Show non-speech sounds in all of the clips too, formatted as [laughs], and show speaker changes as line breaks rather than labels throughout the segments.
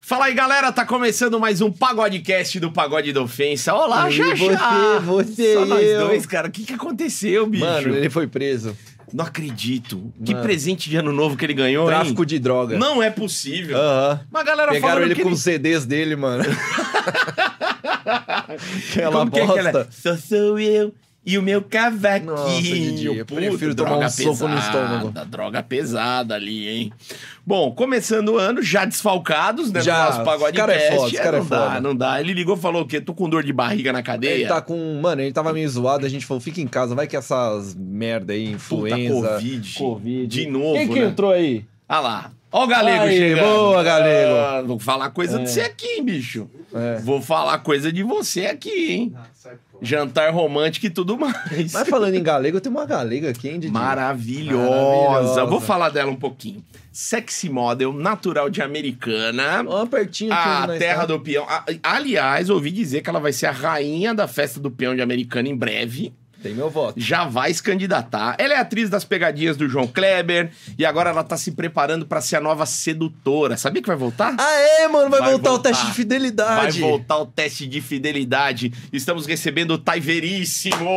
Fala aí, galera, tá começando mais um Pagodecast do Pagode da Ofensa. Olá,
Oi,
Xaxá!
você, você
Só
e
nós
eu.
dois, cara. O que que aconteceu, bicho?
Mano, ele foi preso.
Não acredito. Que
Mano.
presente de ano novo que ele ganhou,
Tráfico
hein?
de droga.
Não é possível.
Aham.
Mas a galera
Pegaram
falando
ele
que
com os CDs dele, mano. Aquela
Como que é
bosta.
que ela é? Só sou eu e o meu cavaquinho.
Nossa, Didi, eu prefiro tomar
droga
um soco no estômago.
pesada, Droga pesada ali, hein? Bom, começando o ano, já desfalcados, né?
Já,
no nosso pagode
esse cara é
cast.
foda, esse cara é
não dá,
foda.
não dá. Ele ligou e falou o quê? Tô com dor de barriga na
Ele
cadeia.
tá com. Mano, ele tava meio zoado, a gente falou, fica em casa, vai que essas merda aí,
Puta,
influenza.
Covid. De novo,
Quem que
né?
entrou aí?
Ah lá. Ó o galego
Aí,
chegando.
boa, galego.
Ah, vou falar coisa de você aqui, hein, bicho.
É.
Vou falar coisa de você aqui, hein?
Ah,
Jantar romântico e tudo mais.
Mas falando em galego, tem uma galega aqui, hein, Didi?
Maravilhosa.
Maravilhosa.
Vou falar dela um pouquinho. Sexy model, natural de americana.
Ó, pertinho aqui
A
onde nós
Ah, terra
tá.
do peão. A- Aliás, ouvi dizer que ela vai ser a rainha da festa do peão de americana em breve.
Tem meu voto.
Já vai se candidatar. Ela é atriz das pegadinhas do João Kleber e agora ela tá se preparando pra ser a nova sedutora. Sabia que vai voltar?
Aê, mano, vai,
Vai
voltar, o
voltar.
teste de fidelidade.
Vai voltar o teste de fidelidade. Estamos recebendo o Tai Veríssimo.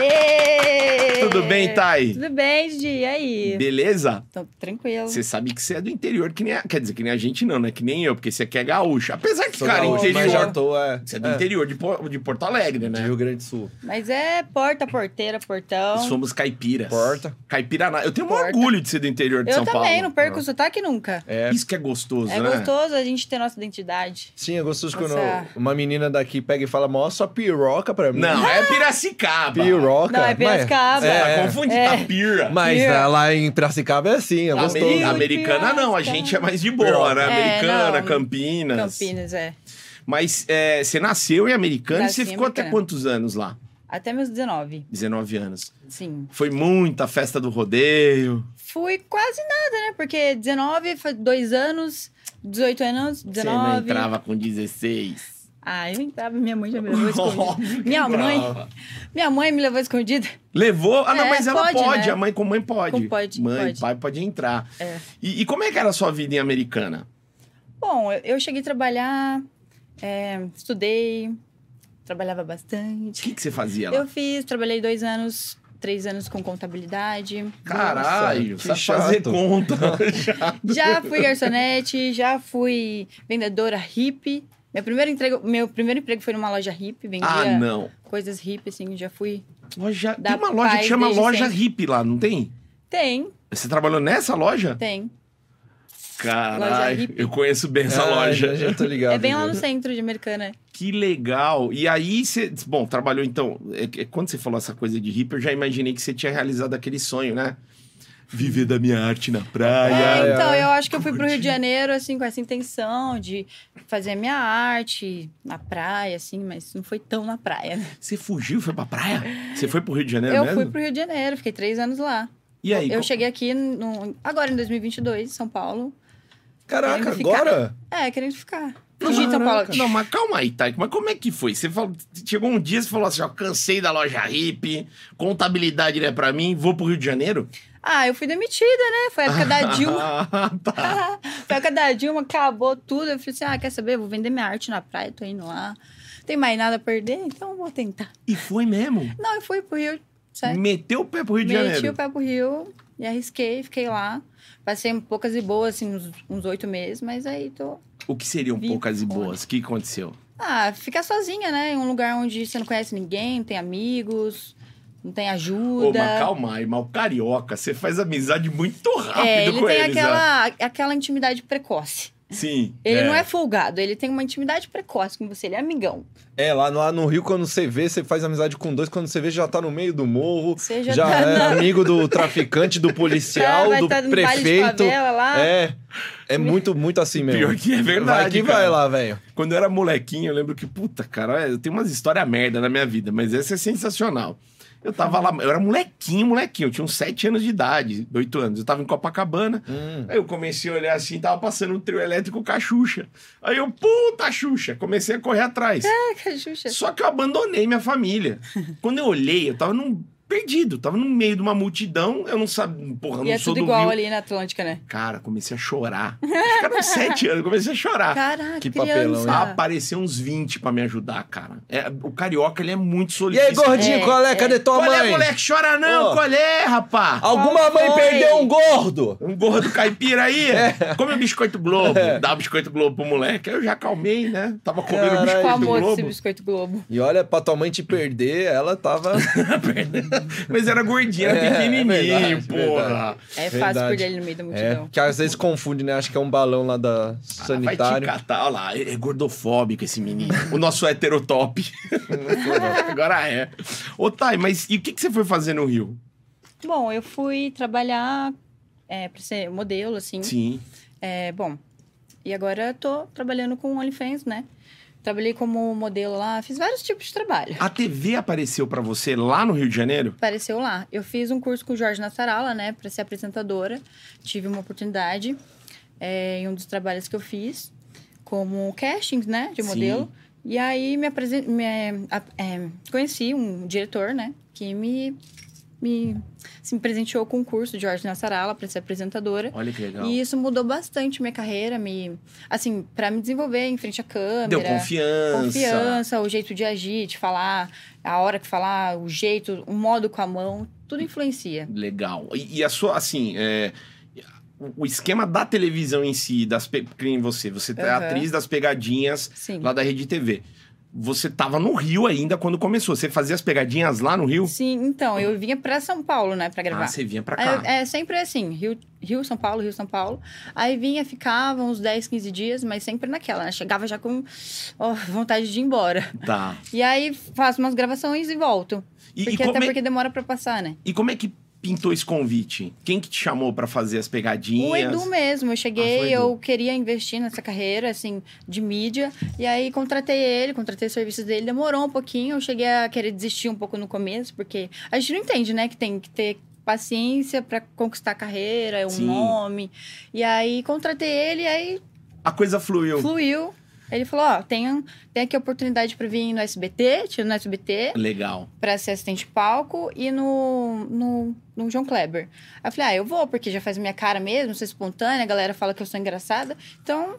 Ê!
Tudo bem, Tai?
É. Tudo bem, Didi? E aí?
Beleza?
Tô tranquilo.
Você sabe que você é do interior, que nem a, quer dizer, que nem a gente não, né? Que nem eu, porque você aqui é gaúcho. Apesar que,
Sou
cara,
gaúcho, mas
interior.
já tô, é.
Você é do
É,
interior de, Po- de Porto Alegre,
de
né?
Rio Grande do Sul.
Mas é porta, porteira, portão.
Somos caipiras.
Porta.
Caipira. na- Eu tenho um
Porta.
orgulho de ser do interior de
Eu
São
também, não
Paulo.
perco o sotaque nunca.
É.
Isso que é gostoso,
É
né?
gostoso a gente ter nossa identidade.
Sim, é gostoso quando
Nossa.
uma menina daqui pega e fala, mostra sua piroca pra mim.
Não,
Ah!
é Piracicaba.
Piroca.
Não, é
Mas-
Piracicaba.
É,
Tá
é.
confundindo
É.
tapira.
Mas
Pira.
ah, lá em Piracicaba é assim, é gostoso.
Ameri-
Meu
Americana não, a
Deus,
gente é
cara.
mais de boa, né?
É,
Americana,
não.
Campinas.
Campinas, é.
Mas é, você nasceu em Americana
Nasci
e
em
você ficou até
Americana.
quantos anos lá?
Até meus 19,
19 anos.
sim.
Foi muita festa do rodeio.
Fui quase nada, né? Porque 19, faz dois anos, 18 anos,
Você não
19.
entrava com 16.
Ah, eu entrava, minha mãe já
[laughs]
me levou escondida.
Óbvio que
Minha mãe,
entrava.
minha mãe me levou escondida.
Levou. Ah, não,
É,
mas ela pode,
pode, né?
a mãe com mãe pode.
Com pode,
mãe,
pode.
pai pode entrar.
É.
E, e como é que era a sua vida em Americana?
Bom, eu- eu cheguei a trabalhar, é, estudei, trabalhava bastante.
O que, que você fazia lá?
Eu fiz, trabalhei dois anos, três anos com contabilidade.
Caralho,
Nossa, que
sabe fazer
chato.
conta.
Já fui garçonete, já fui vendedora hippie. Meu primeiro, entrego, meu primeiro emprego foi numa loja hippie,
ah,
vendia
não.
coisas hippie, assim, já fui.
Loja, tem
Da
uma loja que
paz
chama
desde
Loja
sempre.
Hip lá, não tem?
Tem,
Você trabalhou nessa loja?
tem. Loja
Caralho,
hippie.
eu conheço bem essa
Ah,
loja.
Já, já tô ligado.
é bem lá
já.
no centro de Americana.
Que legal. E aí você, bom, trabalhou então, é- é, quando você falou essa coisa de hippie, eu já imaginei que você tinha realizado aquele sonho, né? Viver da minha arte na praia.
ai,
é, então,
ai.
eu acho que eu fui pro Rio de Janeiro, assim, com essa intenção de fazer a minha arte na praia, assim, mas não foi tão na praia, né?
Você fugiu, foi pra praia? Você foi pro Rio de Janeiro
eu
É mesmo?
fui pro Rio de Janeiro, fiquei três anos lá.
E aí?
eu
co-
cheguei aqui no- agora em 2022, em São Paulo.
Caraca,
Querendo ficar.
agora?
É, querendo ficar. Fugi de São Paulo.
Não, mas calma aí, Taiko. Mas como é que foi? Você falou, chegou um dia, você falou assim, ó, cansei da loja hippie, contabilidade não é pra mim, vou pro Rio de Janeiro?
Ah, eu fui demitida, né? Foi a
[laughs]
época da Dilma. [laughs]
Ah, tá.
Foi a época da Dilma, acabou tudo. Eu falei assim: ah, quer saber? Eu Vou vender minha arte na praia, tô indo lá. Não Tem mais nada a perder, então eu vou tentar.
E foi mesmo.
Não, eu fui pro Rio, sério.
Meteu o pé pro Rio de
Tá. Meti
Janeiro.
o pé pro Rio e arrisquei, fiquei lá. Passei poucas e boas, assim, uns- uns oito meses, mas aí tô.
O que seriam
Vi
poucas e
fora.
boas? O que aconteceu?
Ah, ficar sozinha, né? Em um lugar onde você não conhece ninguém, não tem amigos, não tem ajuda.
Ô, mas calma aí, mas o carioca, você faz amizade muito rápido
é, ele
com
tem
eles, né?
aquela, aquela intimidade precoce.
Sim.
Ele não é folgado, ele tem uma intimidade precoce com você, ele é amigão.
É, lá, no- lá no Rio, quando você vê, você faz amizade com dois, quando você vê, já tá no meio do morro.
Você
Já,
já, tá
é
na-
amigo do traficante, do
[laughs]
policial,
vai
do
tá no baile de
prefeito.
favela lá.
É. É muito, muito assim mesmo.
Pior que é verdade,
Vai que
cara.
vai lá, velho.
Quando eu era molequinho, eu lembro que, puta, cara, eu tenho umas histórias merda na minha vida, mas essa é sensacional. Eu tava lá, eu era molequinho, molequinho, eu tinha uns 7 anos de idade, 8 anos. Eu tava em Copacabana,
Hum.
aí eu comecei a olhar assim, tava passando um trio elétrico com a Xuxa. Aí eu, puta Xuxa, comecei a correr atrás.
[laughs] Xuxa. [laughs]
Só que eu abandonei minha família. Quando eu olhei, eu tava num perdido. Tava no meio de uma multidão, eu não sabia. Porra, eu
E
não
é
sou
tudo
do
igual
Rio.
ali na Atlântica, né?
Cara, comecei a chorar. Acho que era uns sete anos, eu comecei a chorar.
Caraca,
que
criança.
papelão, hein?
Papelão,
Apareceu uns 20 pra me ajudar, cara. É, o carioca, ele é muito
E
solitário.
aí, gordinho,
É,
qual é?
é.
Cadê tua
Qual é,
mãe?
moleque? Chora não,
Ô.
qual é, rapá?
Alguma
Qual
mãe
foi?
perdeu um gordo!
Um gordo caipira
[laughs]
aí?
É.
Come o biscoito Globo. Dá o biscoito Globo pro moleque. Aí eu já acalmei, né? Tava comendo o
Caralho.
biscoito
Famoso esse
Globo.
biscoito Globo.
E olha, pra tua mãe te perder, ela tava.
[laughs] Mas era gordinho, era
É, é
pequenininho,
verdade,
porra.
verdade.
É
Verdade.
fácil perder ele no meio da
É,
multidão.
que às vezes confunde, né? Acho que é um balão lá da
Ah,
sanitário.
Vai te catar, olha lá, é gordofóbico esse menino. O nosso heterotop. [laughs] Agora é. Ô, Thay, mas e o que, que você foi fazer no Rio?
Bom, eu fui trabalhar é, pra ser modelo, assim.
Sim.
É, bom, e agora eu tô trabalhando com OnlyFans, né? Trabalhei como modelo lá, fiz vários tipos de trabalho.
A TV apareceu pra você lá no Rio de Janeiro?
Apareceu lá. Eu fiz um curso com o Jorge Nassarala, né? Pra ser apresentadora. Tive uma oportunidade é, em um dos trabalhos que eu fiz, como castings, né? De
Sim.
modelo. E aí me, apresen... me é, a- é, conheci um diretor, né? Que me, me, assim, me presenteou com o curso de Jorge Nassarala pra ser apresentadora.
Olha que legal.
E isso mudou bastante minha carreira, me assim, para me desenvolver em frente à câmera.
Deu confiança.
Confiança, o jeito de agir, de falar, a hora que falar, o jeito, o modo com a mão, tudo influencia.
Legal. E, e a sua, assim, é, o- o esquema da televisão em si, das pe... que nem você, você é
Aham.
atriz das pegadinhas
Sim.
lá da Rede TV. Você tava no Rio ainda quando começou. Você fazia as pegadinhas lá no Rio?
Sim, então, eu vinha pra São Paulo, né, pra gravar.
Ah, você vinha pra
Aí
cá.
eu- é sempre assim, Rio, Rio, São Paulo, Rio, São Paulo. Aí vinha, ficava uns 10, 15 dias, mas sempre naquela, né? Chegava já com ó, vontade de ir embora.
Tá.
E aí faço umas gravações e volto.
E, e
Porque
como
até
é...
porque demora pra passar, né?
e como é que pintou esse convite? Quem que te chamou pra fazer as pegadinhas?
O Edu mesmo, eu
Ah, foi o
cheguei,
Edu.
eu queria investir nessa carreira, assim, de mídia. E aí contratei ele, contratei os serviços dele, demorou um pouquinho. Eu cheguei a querer desistir um pouco no começo, porque a gente não entende, né, que tem que ter paciência pra conquistar a carreira, um
Sim.
nome. E aí contratei ele, e aí
A coisa fluiu.
fluiu. Ele falou: Ó, tem, tem aqui a oportunidade pra vir no SBT, tiro no SBT,
Legal.
pra ser assistente de palco e no, no, no João Kleber. Aí eu falei, ah, eu vou, porque já faz minha cara mesmo, sou espontânea, a galera fala que eu sou engraçada. Então,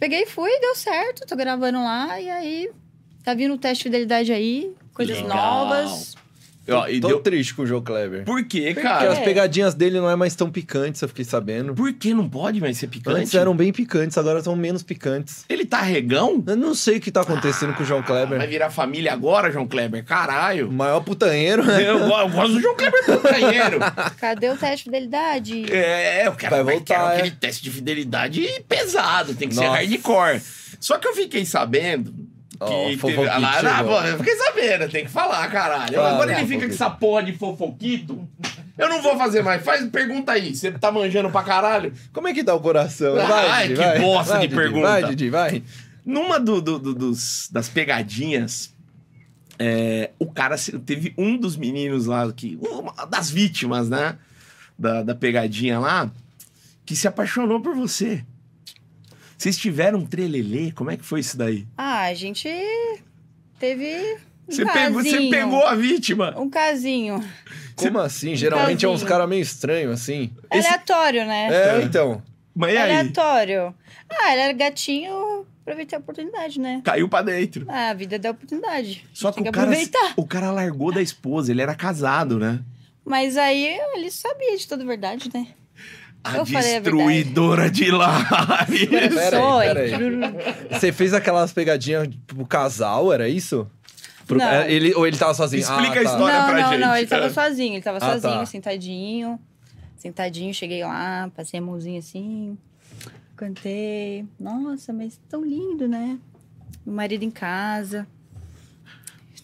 peguei e fui, deu certo, tô gravando lá, e aí tá vindo o teste de fidelidade aí, coisas
Legal.
novas.
Ó, e
Tô
deu...
triste com o João Kleber.
Por quê,
Por
Porque
cara?
as pegadinhas dele não é mais tão picantes, eu fiquei sabendo.
Por que não pode mais ser picante?
Antes um eram bem picantes, agora estão menos picantes.
Ele tá regão?
Eu não sei o que tá acontecendo com o João
Vai
Kleber.
virar família agora, João Kleber?
O
Caralho.
maior putanheiro, né?
Eu, go- eu gosto do João Kleber
[laughs]
companheiro.
Cadê o teste de fidelidade?
É, eu quero,
Vai
eu quero
voltar, é.
aquele teste de fidelidade pesado, tem que ser
Nossa.
hardcore. Só que eu fiquei sabendo.
Ó,
Que
o
teve,
fofoquito
Ah, lá, ah,
chegou.
pô, eu fiquei sabendo, tem que falar, caralho.
Fala, né,
Agora ele
fofoquito.
fica com essa porra de fofoquito. Eu não vou fazer mais. Faz pergunta aí. Você tá manjando pra caralho?
Como é que dá o coração?
Ai,
Vai, Didi,
que
vai.
bosta
Vai,
de
Didi,
pergunta.
Vai, Didi, vai.
Numa do, do- do- dos, das pegadinhas, é, o cara se- teve um dos meninos lá, que, uma das vítimas, né? Da, da pegadinha lá, que se apaixonou por você. Vocês tiveram um trelelê? Como é que foi isso daí?
Ah, a gente teve um
Você
casinho.
pegou, você pegou a vítima.
Um casinho.
Como assim? Geralmente é
tá
uns
Casinho.
caras meio estranhos, assim.
Esse-
Aleatório, né?
É, então.
Mas e aí?
Aleatório. Ah, ele era gatinho, aproveitei a oportunidade, né?
Caiu pra dentro.
Ah, a vida dá oportunidade.
Só que
Tem que
o cara,
aproveitar.
o cara largou da esposa, ele era casado, né?
Mas aí ele sabia de toda verdade, né?
A
Eu falei a
destruidora
[laughs]
de lares.
Pera aí,
Só,
pera aí.
hein?
Você fez aquelas pegadinhas pro casal, era isso? Pro-
Não.
é, ele, ou ele tava sozinho?
Explica
ah,
a
tá.
história.
não,
pra
não,
gente,
não. Ele
é.
tava sozinho, ele tava
Ah,
sozinho,
tá.
sentadinho. Sentadinho, cheguei lá, passei a mãozinha assim, cantei. Nossa, mas tão lindo, né? Meu marido em casa.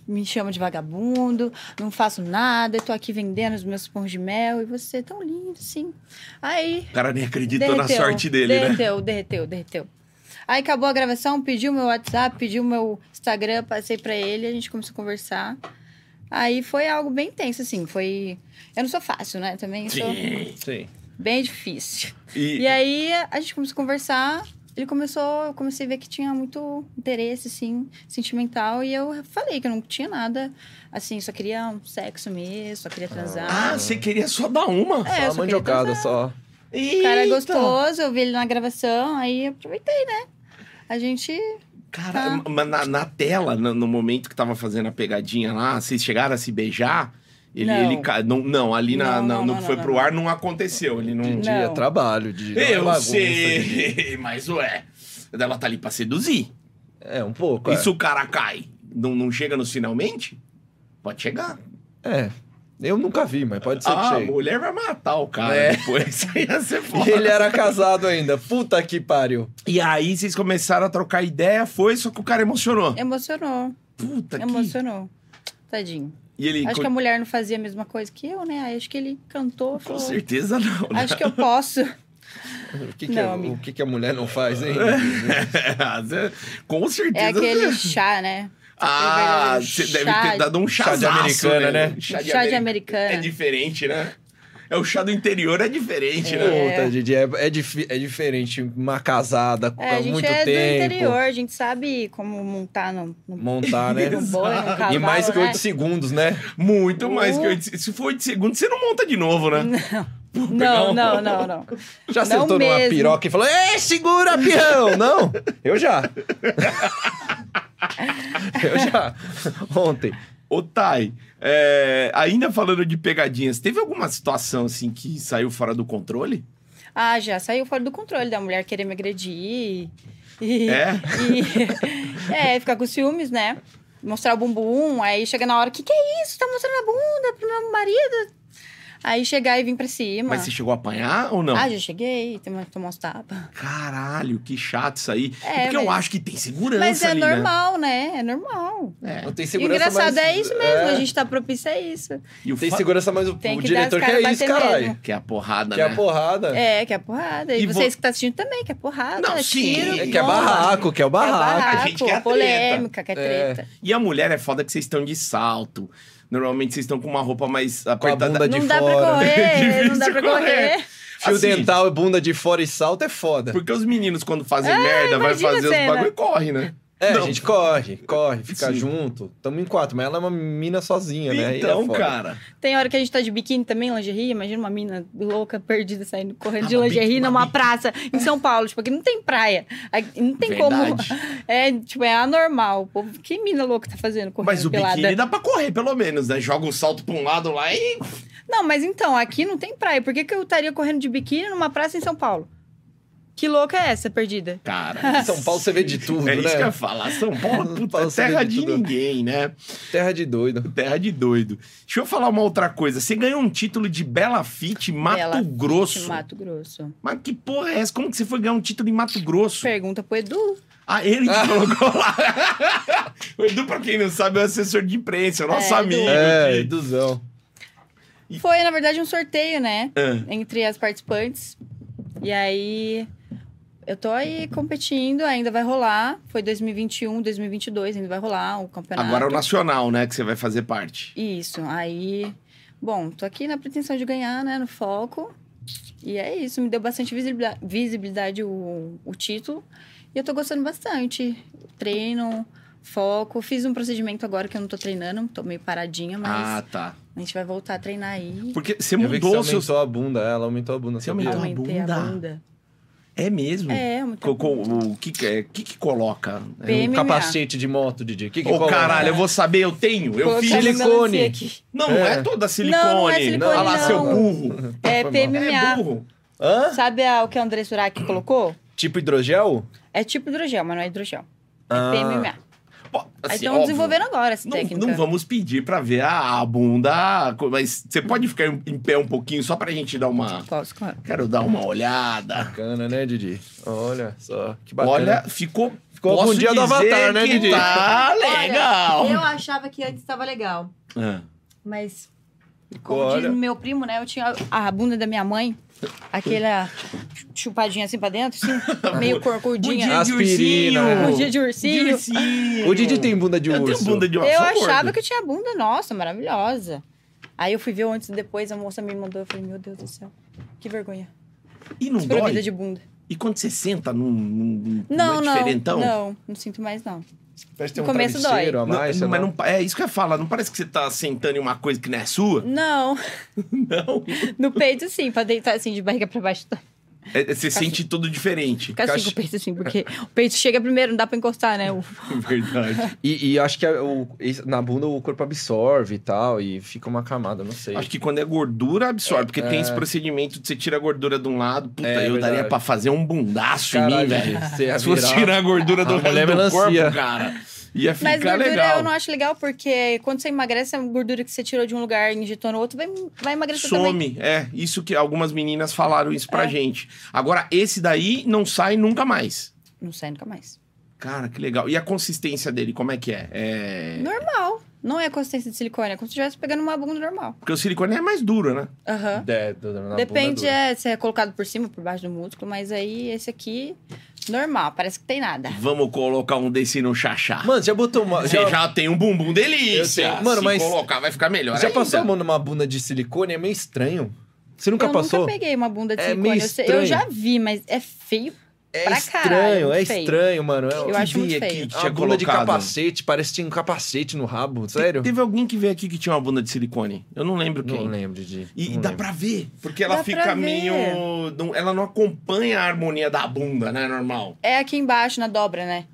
Me chama de vagabundo, não faço nada, eu tô aqui vendendo os meus pães de mel e você tão lindo, sim. Aí
O cara nem acreditou na sorte dele, né?
derreteu, Derreteu, derreteu, Aí acabou a gravação, pediu meu WhatsApp, pediu meu Instagram, passei pra ele, a gente começou a conversar. Aí foi algo bem intenso, assim, foi... Eu não sou fácil, né? Também sou
Sim.
Sim.
bem difícil.
E-
E aí a gente começou a conversar, ele começou, eu comecei a ver que tinha muito interesse, assim, sentimental. E eu falei que eu não tinha nada, assim, só queria um sexo mesmo, só queria transar.
Ah, você queria só dar uma?
É, eu
só uma
só queria
mandiocada, só.
O cara é
Eita!
gostoso, eu vi ele na gravação, aí aproveitei, né? A gente. Tá.
Cara, mas na, na tela, no, no momento que tava fazendo a pegadinha lá, vocês chegaram a se beijar? Ele,
Não.
ele ca- não, não, ali na,
Não,
na-
não,
no
não,
que foi
não,
pro
não.
ar não aconteceu. Ele não.
De dia é
Não.
trabalho, de não é
Eu
bagunça, de-
sei, mas ué. Ela tá ali pra seduzir.
É, um pouco. é.
E se o cara cai, não, não chega nos finalmente? Pode chegar.
É. Eu nunca vi, mas pode ser
ah,
que
a
chegue.
mulher vai matar o cara.
É.
Depois [laughs] ia ser
[laughs] E
foda.
ele era casado ainda. Puta que pariu.
E aí vocês começaram a trocar ideia, foi, só que o cara emocionou.
Emocionou.
Puta que...
É. Emocionou. Tadinho.
E ele...
Acho
co-
que é a mulher não fazia a mesma coisa que eu, né? Aí acho que ele cantou.
Com
Falou,
certeza não, né?
acho
[laughs]
que eu posso. É
O que, que,
Não,
a-
amigo.
o que, que a mulher não faz, hein?
É. Com certeza.
É aquele chá, né?
Ah,
aquele
você
chá
deve ter dado um chá
de americana, né?
Chá de,
Chá de
ameri-
americana.
É diferente, né? É o chá do interior, é diferente, né?
É.
Puta, Didi, é, é, dif- é diferente uma casada
É, a
há
gente
muito tempo.
é do interior, a gente sabe como montar num, num,
Montar,
[laughs]
né?
num boi, num cavalo,
e mais que
né?
8 segundos, né?
Muito mais
Uh.
que oito. Se for oito segundos, você não monta de novo, né? Pô, pegar
[laughs] Não,
um-
não, não, não.
Já
Não
sentou numa
mesmo.
piroca e falou: Ei, segura,
[laughs]
peão! Não, eu já. eu já. Ontem.
Ô, Thay, é, ainda falando de pegadinhas, teve alguma situação assim que saiu fora do controle?
Ah, já saiu fora do controle da mulher querer me agredir. E,
É?
e- é, ficar com ciúmes, né? Mostrar o bumbum, aí chega na hora, que que é isso? Tá mostrando a bunda pro meu marido? Aí chegar e vir pra cima.
Mas você chegou a apanhar ou não?
Ah, já cheguei, tem- tomou uns tapas.
Caralho, que chato isso aí.
É,
Porque eu
mas-
acho que tem segurança
Mas é
ali,
normal, né? É normal.
né?
Não
É.
tem
E o
segurança.
engraçado
mas-
é isso mesmo,
é,
a gente tá propício a isso.
E o
Tem
fa-
segurança, mas o,
Tem
o
que dar as
diretor
caras
quer isso,
batendo
caralho.
mesmo.
Que é a porrada,
Quer
né?
a porrada.
É, que é porrada. E,
E vo-
vocês que tá assistindo também, que é porrada.
Não,
é
sim,
tiro,
É,
porra.
que é
bomba,
barraco, que é o
que é
barraco.
A gente quer a treta.
polêmica, que é
É.
treta.
E a mulher é foda que vocês estão de salto. Normalmente vocês estão com uma roupa mais
Com a
apertada.
bunda de
Não dá
fora.
pra [laughs] correr, não dá
Difícil
pra É correr.
Fio
Assim,
dental, bunda de fora e salto é foda.
Porque os meninos, quando fazem merda, vai
É, imagina a
fazer os
cena.
bagulho e corre, né?
É,
Não.
a gente corre, corre, fica
Sim.
junto. Tamo em quatro, mas ela é uma mina sozinha, né? Aí é
Então,
foda.
cara.
Tem hora que a gente tá de biquíni também, lingerie. Imagina uma mina louca, perdida, saindo correndo
Ah,
de
uma biqui-
lingerie
uma
numa
biqui-
praça em São Paulo. Tipo, aqui não tem praia. Aqui não tem [laughs]
Verdade.
como. É, tipo, é anormal. O povo, que mina louca tá fazendo correndo
Mas o
pelada?
biquíni dá pra correr, pelo menos, né? Joga um salto pra um lado lá e.
Não, mas então, aqui não tem praia. Por que, que eu estaria correndo de biquíni numa praça em São Paulo? Que louca é essa, perdida?
[laughs] Cara.
São Paulo você vê de tudo,
é
né?
isso que eu ia falar. São Paulo,
São
puta,
Paulo
é
sabe
terra
de
de
tudo.
ninguém, né?
Terra de doido.
Terra de doido. Deixa eu falar uma outra coisa. Você ganhou um título de Bela Fit Mato
Bela Fit,
Grosso.
Mato Grosso.
Mas que porra é essa? Como que você foi ganhar um título em Mato Grosso?
Pergunta pro Edu.
Ah, ele que colocou lá. [laughs] o Edu, pra quem não sabe, é o assessor de imprensa, é o nosso
É,
amigo.
Edu.
É,
que-
duzão.
E-
Foi, na verdade, um sorteio, né?
Ah,
Entre as participantes. E aí. Eu tô aí competindo, ainda vai rolar. Foi 2021, 2022, ainda vai rolar o campeonato.
Agora é o nacional, né? Que você vai fazer parte.
Isso, aí. Bom, tô aqui na pretensão de ganhar, né? No foco. E é isso, me deu bastante visibila- visibilidade o, o título. E eu tô gostando bastante. Treino, foco. Fiz um procedimento agora que eu não tô treinando, tô meio paradinha, mas.
Ah, tá.
A gente vai voltar a treinar aí.
Porque você
Eu vi que você
mudou o seu.
aumentou a bunda, ela aumentou a bunda.
Você
sabia?
aumentou.
Aumentei a
bunda.
bunda.
É mesmo?
É, muito
Co- co- o que, que é- que que coloca? É
Bem-
Um
MMA.
capacete de moto, Didi. O que que
Ô,
coloca?
caralho, eu vou saber, eu tenho, eu fiz.
Colocar
silicone.
uma melancia aqui.
Não, não é
É.
toda silicone.
Não, não é silicone,
Olha lá,
não.
seu burro.
[laughs] Foi
É
mal.
É
PMMA.
burro.
Hã?
Sabe a- o que o André Surak colocou?
Tipo hidrogel?
É tipo hidrogel, mas não é hidrogel. É
Ah.
PMMA.
Pô,
Aí
assim,
estão
óbvio,
desenvolvendo agora essa
Não,
Então, técnica.
não vamos pedir pra ver a, a bunda, co- mas você pode ficar em, em pé um pouquinho só pra gente dar uma.
Posso, claro.
Quero dar uma olhada.
Bacana, né, Didi? Olha só, que bacana.
Olha, ficou.
Ficou
posso
algum dia do
dizer
Avatar, né,
que
Didi?
Tá legal.
eu achava que antes estava legal,
Ah.
mas como
olha.
diz meu primo, né? Eu tinha a bunda da minha mãe, aquela chupadinha assim pra dentro, assim,
[laughs]
meio corcudinha.
Bundinha de Aspirina. ursinho.
Bom dia de ursinho.
De ursinho.
O Didi tem bunda de
Eu
urso.
tenho bunda de urso.
eu achava que eu tinha bunda, nossa, maravilhosa. Aí eu fui ver antes e depois, a moça me mandou, eu falei, meu Deus do céu, que vergonha.
E não dói?
Desprovida de bunda.
E quando você senta num, num,
Não,
num
não.
diferentão?
Não, não sinto mais, não.
Parece que tem
No
um
começo dói.
travesseiro a
Não,
mais, sei
mas
lá.
não, é isso que eu ia falar, não parece que você tá sentando em uma coisa que não é sua?
Não, [laughs]
Não.
no peito sim, pra deitar assim de barriga pra baixo.
É- é- você sente tudo diferente.
assim. Fica assim com o peito assim, porque o peito chega primeiro, não dá pra encostar, né? O-
[laughs] Verdade.
E, e acho que a- o- isso- na bunda o corpo absorve e tal, e fica uma camada, não sei.
Acho que quando é gordura, absorve, porque tem esse procedimento de você tirar a gordura de um lado. Puta,
É,
eu
verdade.
daria pra fazer um bundaço em mim,
Caralho,
velho.
você ia
Se fosse
virar-
tirar a gordura do
A
resto
mulher
do
melancia.
corpo, cara, ia ficar
Mas gordura
legal.
eu não acho legal, porque quando você emagrece, a gordura que você tirou de um lugar e injetou no outro vai, vai emagrecer também. É.
Some, é. Isso que algumas meninas falaram isso pra gente. Agora, esse daí não sai nunca mais.
Não sai nunca mais.
Cara, que legal. E a consistência dele, como é que é? É.
Normal. Não é consistência de silicone, é como se estivesse pegando uma bunda normal.
Porque o silicone é mais duro, né?
Aham.
É, do- na bunda
Depende
dura.
é, se é colocado por cima ou por baixo do músculo, mas aí esse aqui, normal, parece que tem nada.
Vamos colocar um desse no chachá.
Mano, já botou uma.
Você
Já,
já tem um bumbum delícia.
Eu tenho. Mano,
Se
mas-
colocar, vai ficar melhor.
já
ainda.
passou a mão numa bunda de silicone? É meio estranho. Você nunca
eu
passou?
nunca peguei uma bunda de
É
silicone.
meio
eu, sei-
estranho.
eu já vi, mas é feio.
é
pra
estranho,
caralho,
é
feio.
estranho, mano. É
Eu
que
acho muito
veio
feio.
aqui,
Tinha
Uma bunda de
colocado.
capacete, parece que tinha um capacete no rabo, sério?
Teve alguém que veio aqui que tinha uma bunda de silicone. Eu não lembro
Não
quem.
lembro, de.
E dá pra ver, porque ela
Dá pra
fica
ver.
meio. não- Ela não acompanha a harmonia da bunda, né? Normal.
É aqui embaixo, na dobra, né?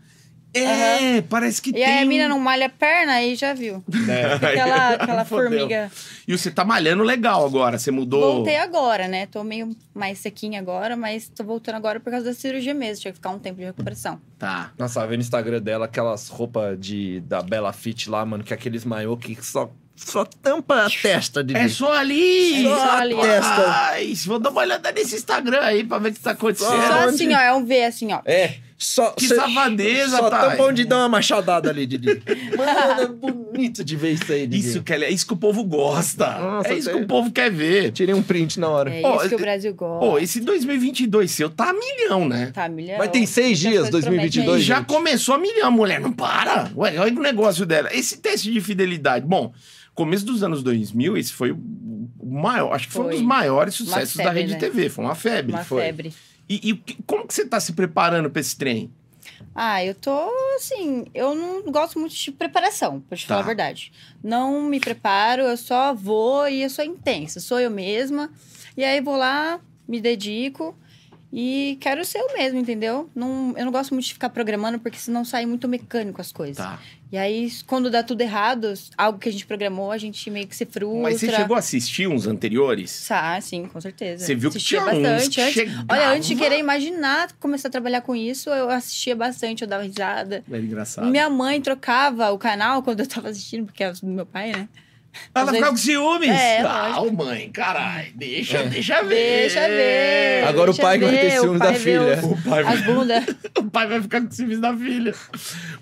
É, parece que
E
tem.
aí a
um
mina não malha a perna, aí já viu.
[laughs] É.
[laughs] Aquela, aquela
Fodeu.
formiga.
E você tá malhando legal agora. Você mudou.
Voltei agora, né? Tô meio mais sequinha agora, mas tô voltando agora por causa da cirurgia mesmo. Tinha que ficar um tempo de recuperação.
Tá.
Nossa, vendo no Instagram dela aquelas roupas de, da Bela Fit lá, mano, que é aqueles maiô que só, só tampa a testa de.
É só ali!
É só ali.
Rapaz, vou dar uma olhada nesse Instagram aí pra ver o que tá acontecendo.
Só
onde-
assim, ó, é um V assim, ó.
É, só.
Que
cê-
safadeza,
Só
Thay.
tampa onde dá uma machadada
[laughs]
ali, Didi. Mano, é bonito de ver isso aí, Didi.
Isso que é, é isso que o povo gosta.
Nossa,
é isso
tem-
que o povo quer ver.
Tirei um print na hora.
É
Ó,
isso que
é-
o Brasil gosta.
Pô, esse 2022 seu tá a milhão, né?
Tá, milhão.
Mas tem seis
Essas
dias,
coisas prometem
2022.
E
aí.
já
gente.
começou a milhão, mulher. Não para. Ué, olha o negócio dela. Esse teste de fidelidade. Bom, começo dos anos 2000, esse foi o maior. Acho que foi, um
Foi.
dos maiores
Uma
sucessos da
febre,
rede
né?
TV. Foi uma febre.
Uma
foi.
febre.
E, e o que- como que você tá se preparando pra esse trem?
Ah, eu tô assim, eu não gosto muito de preparação, pra te
Tá.
falar a verdade. Não me preparo, eu só vou e eu sou intensa, sou eu mesma. E aí vou lá, me dedico e quero ser eu mesma, entendeu? Não, eu não gosto muito de ficar programando porque senão sai muito mecânico as coisas.
Tá.
E aí quando dá tudo errado, algo que a gente programou, a gente meio que se frustra.
Mas você chegou a assistir uns anteriores?
Ah, sim, com certeza.
Você viu que
Assistia
tinha um uns
bastante
que
antes.
chegava...
Olha, antes de querer imaginar começar a trabalhar com isso, eu assistia bastante, eu dava risada.
Era É engraçado.
Minha mãe trocava o canal quando eu tava assistindo, porque era do meu pai, né?
Ela
às
ficava com ciúmes?
É,
ah, mãe, caralho. Deixa,
É.
deixa ver.
Deixa
É.
ver.
Agora o
deixa
pai que vai ter
ver, o
ciúmes
pai
da
vê
filha.
os-
O pai vai
As bundas.
O pai vai ficar com ciúmes da filha.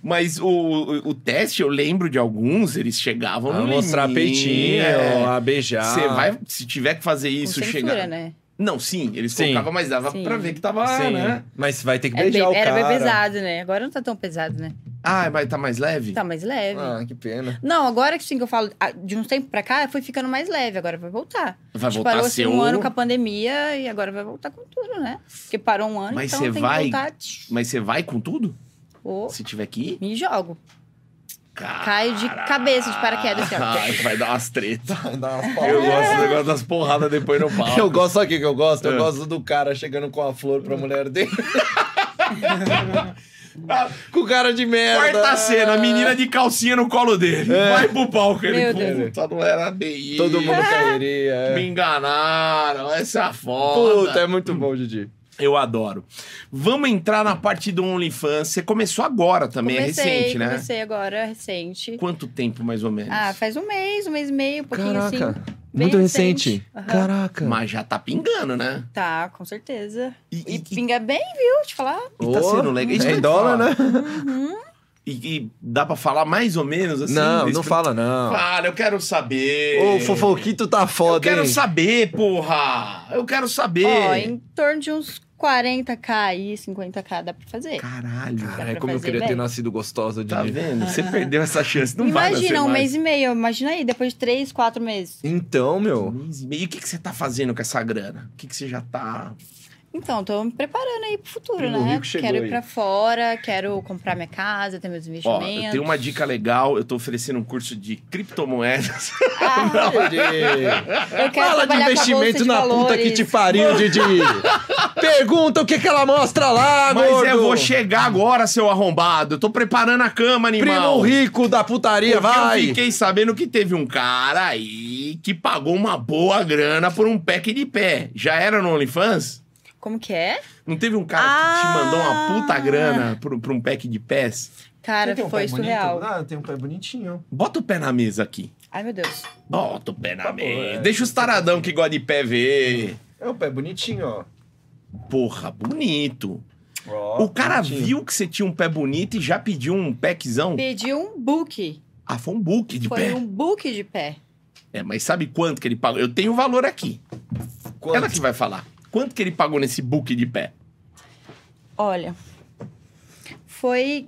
Mas o, o, o teste, eu lembro de alguns, eles chegavam
A
no
Ah, mostrar
limite,
peitinho,
é.
a beijar.
Você vai, se tiver que fazer [laughs]
Com
isso,
censura,
chegar.
né?
Não, sim, eles
Sim.
colocavam, mas dava
Sim.
pra ver que tava,
Sim,
né?
Mas vai ter que
Era
beijar
bem,
o
É era
cara.
bem pesado, né? Agora não tá tão pesado, né?
Ah, mas tá mais leve?
Tá mais
né,
leve.
Ah, que pena.
Não, agora que sim que eu falo, ah, de uns tempos pra cá, foi ficando mais leve, agora vai voltar.
Vai
a gente
voltar
parou
a ser
assim, um
o-
ano com a pandemia e agora vai voltar com tudo, né? Porque parou um ano,
Mas
então
você
tem
vai-
que voltar.
Mas você vai com tudo?
Ô,
Se tiver que ir?
me jogo.
Caralho.
Caio de cabeça de paraquedas, assim, ó.
Ai, vai dar umas tretas. [laughs]
Dá umas
Eu
palmas.
gosto do negócio das porradas depois no pau.
[laughs] Eu gosto, sabe o que que eu gosto?
É.
Eu gosto do cara chegando com a flor
Hum.
pra mulher
[laughs]
dele. com cara de merda.
Quarta cena, a menina de calcinha no colo dele.
É.
Vai pro palco. Ele,
Meu Deus.
puta, não era bem
Todo
isso.
[laughs]
mundo cairia. é.
Me enganaram, essa é foda.
Puta, é muito bom,
Um
Didi.
Eu adoro. Vamos entrar na parte do OnlyFans. Você começou agora também,
comecei,
é recente, né?
comecei agora, recente.
Quanto tempo, mais ou menos?
Ah, faz um mês, um mês e meio, um pouquinho assim. Bem
muito recente.
Aham.
Caraca.
Mas já tá pingando, né?
Tá, com certeza.
E,
E
e-
pinga bem, viu? Te falar.
e tá sendo legal. Isso
É
que eu
em
ia
dólar,
falar.
né?
Uhum.
E, e dá pra falar mais ou menos assim?
não,
desse-
não fala, não.
Fala, eu quero saber.
Ah. Ô, fofoquito tá
Eu
foda,
quero
hein?
saber, porra! Eu quero saber!
Ó, em torno de uns 40k aí, 50k dá pra fazer.
Caralho,
Dá
Ai,
pra
como eu
fazer
queria
bem.
ter nascido gostosa, Didi.
tá vendo? Você perdeu essa chance. Não vai nascer
imagina, um
mais.
mês e meio. Imagina aí, depois de três, quatro meses.
Então, meu.
Um mês e meio. E o que, que você tá fazendo com essa grana? O que, que você já tá.
Então, tô me preparando aí pro futuro,
Primo
né?
rico chegou
quero ir
aí.
pra fora, quero comprar minha casa, ter meus
Ó,
investimentos.
eu tenho uma dica legal. Eu tô oferecendo um curso de criptomoedas.
Ah,
Fala
eu quero
de
trabalhar com a
investimento
Bolsa de
na puta que te
Valores.
pariu, Didi.
[laughs]
Pergunta o que, que ela mostra lá,
Mas
Tá gordo.
eu vou chegar agora, seu arrombado. Eu tô preparando a cama, animal.
Primo rico da putaria,
Porque Eu
vai.
fiquei sabendo que teve um cara aí que pagou uma boa grana por um pack de pé. Já era no OnlyFans?
Como que é?
Não teve um cara que te
Ah.
mandou uma puta grana por, por um pack de pés?
Cara, foi surreal.
um Ah, tem um pé bonitinho.
Bota o pé na mesa aqui.
Ai, meu Deus.
Bota o pé na
Tá bom,
mesa.
é.
Deixa os taradão que gosta de pé ver.
É um pé bonitinho, ó.
Porra, bonito. o cara viu que você tinha um pé bonito e já pediu um packzão.
Pedi um book.
Ah, foi um book de
foi
pé.
um book de pé.
É, mas sabe quanto que ele pagou? Eu tenho o valor aqui. Ela que vai falar. Quanto que ele pagou nesse book de pé?
Olha, foi.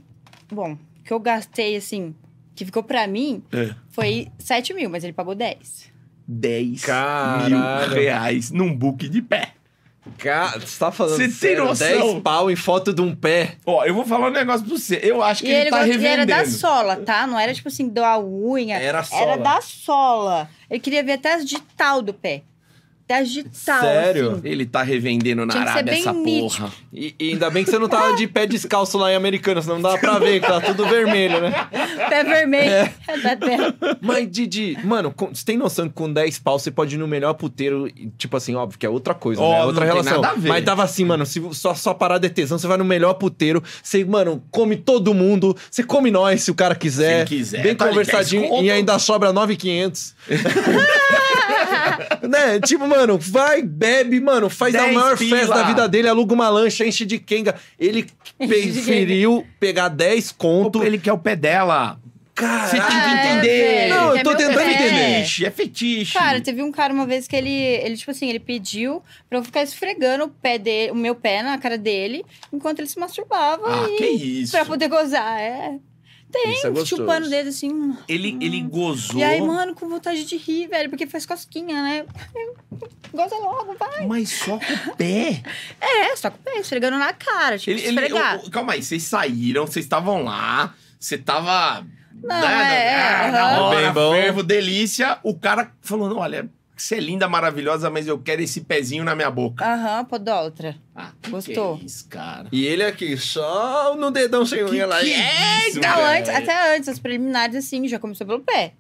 Bom, o que eu gastei, assim, que ficou pra mim,
É.
foi 7 mil, mas ele pagou 10.
10
Caralho.
mil reais num book de pé.
Cara, você tá falando
Você tem
sério?
noção?
10 pau em foto de um pé.
Ó, eu vou falar um negócio pra você. Eu acho que
e
ele,
ele
tá
gosta- e
revendendo.
era da sola, tá? Não era tipo assim, da unha.
Era
Era
sola.
da sola. Ele queria ver até as digital do pé. Das digital.
Sério?
assim.
Ele tá revendendo na
Tinha que ser
Arábia
bem
essa
nítido.
porra.
E, e ainda bem que você não tava de pé descalço lá em Americana, senão não dava pra ver, que tá tudo vermelho, né?
Pé vermelho.
É.
[laughs] É, da terra.
Mas, Didi, mano, com- você tem noção que com 10 pau você pode ir no melhor puteiro, e, tipo assim, óbvio que é outra coisa,
Óbvio,
né? É Outra
não tem
relação.
nada a ver.
Mas tava assim, mano, se sua, sua parada é tesão, você vai no melhor puteiro, você, mano, come todo mundo, você come nós se o cara quiser.
Se quiser,
Bem
tá de
conversadinho
10 conto.
e ainda sobra 9,500. [laughs] né? Tipo, mano, vai, bebe, mano, faz a
10
maior
pila.
festa da vida dele, aluga uma lancha, enche de quenga. Ele preferiu pegar 10 conto.
Ele quer o pé dela. Você
Caralho.
tinha que
Ah, é,
entender.
velho.
Não, eu
Quer
tô
meu
tentando
pé?
entender.
Fetiche, é fetiche.
Cara, teve um cara uma vez que ele, ele, tipo assim, ele pediu pra eu ficar esfregando o pé dele, o meu pé na cara dele, enquanto ele se masturbava
ah,
e
que isso.
pra poder gozar. É. Tem,
Isso é gostoso.
chupando o dedo assim. hum.
Ele, ele gozou,
E aí, mano, com vontade de rir, velho, porque faz cosquinha, né? [laughs] Goza logo, vai.
mas só com o pé.
É, só com o pé, esfregando na cara, tipo,
Ele, ele-
esfregar.
eu- eu- calma aí, vocês saíram, vocês estavam lá, você tava.
Não, é,
ah,
aham.
na hora,
Bem bom.
fervo, delícia. O cara falou: não, olha, você é linda, maravilhosa, mas eu quero esse pezinho na minha boca.
Aham, podólatra.
Ah, que
Gostou.
Que é isso, cara.
E ele aqui, só no dedão sem unha lá.
que
É,
isso,
Não,
velho?
Então, antes, até antes, as preliminares, assim, já começou pelo pé.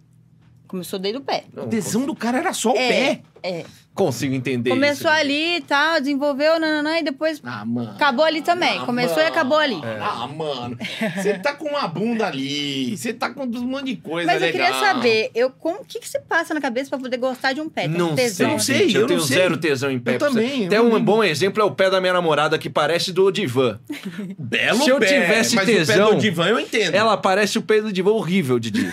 Começou desde o pé.
O tesão do cara era só o
É.
pé.
É.
Consigo entender
Começou
isso.
ali e tal, desenvolveu, nananã, e depois
Ah, mano.
Acabou ali também.
Ah,
Começou e
mano.
acabou ali.
Ah, mano. Você tá com uma bunda ali. Você tá com um monte de coisa
Mas eu
legal.
queria saber, eu, como, o que, que se passa na cabeça pra poder gostar de um pé? Tem
Não
tesão?
sei,
Não sei,
gente, eu,
eu não
tenho
sei.
zero tesão em pé.
Eu
pra você.
também, eu
Até um
também.
bom exemplo é o pé da minha namorada, que parece do divã.
Belo
Se eu
pé,
tivesse
mas o pé
tesão,
do divã eu entendo.
Ela parece o pé do divã
[laughs]
horrível, Didi.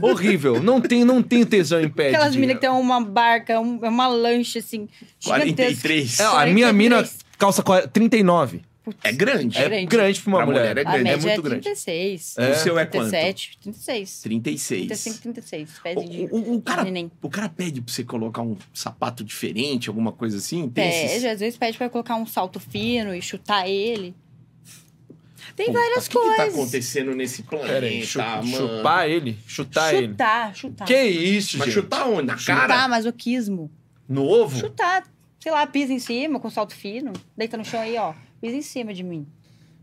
horrível. Não tem, não tem tesão em pé,
Aquelas
Didi.
minas que tem uma barca, um- uma lancha, assim, gigantesca.
43.
É, a minha
43.
mina
um
calça 40 39.
É grande.
É
É grande pra uma
Pra
mulher.
mulher é
A
grande,
média
é muito
é
grande.
36.
O seu é quanto?
37, 36.
36.
35, 36.
O,
Pés de...
o- o cara,
neném.
o cara pede pra você colocar um sapato diferente, alguma coisa assim? Tem esses-
Pede, às vezes pede pra colocar um salto fino e chutar ele. Tem
Puta,
várias
O que que tá
coisas.
acontecendo nesse planeta,
Pera aí, chu-
tá, mano?
chupar ele? Chutar ele.
chutar, chutar.
Que isso,
Mas
gente?
chutar onde? Na
Chutar,
cara?
Chutar, masoquismo.
No ovo?
Chutar. Sei lá, pisa em cima com salto fino. Deita no chão aí, ó. Pisa em cima de mim.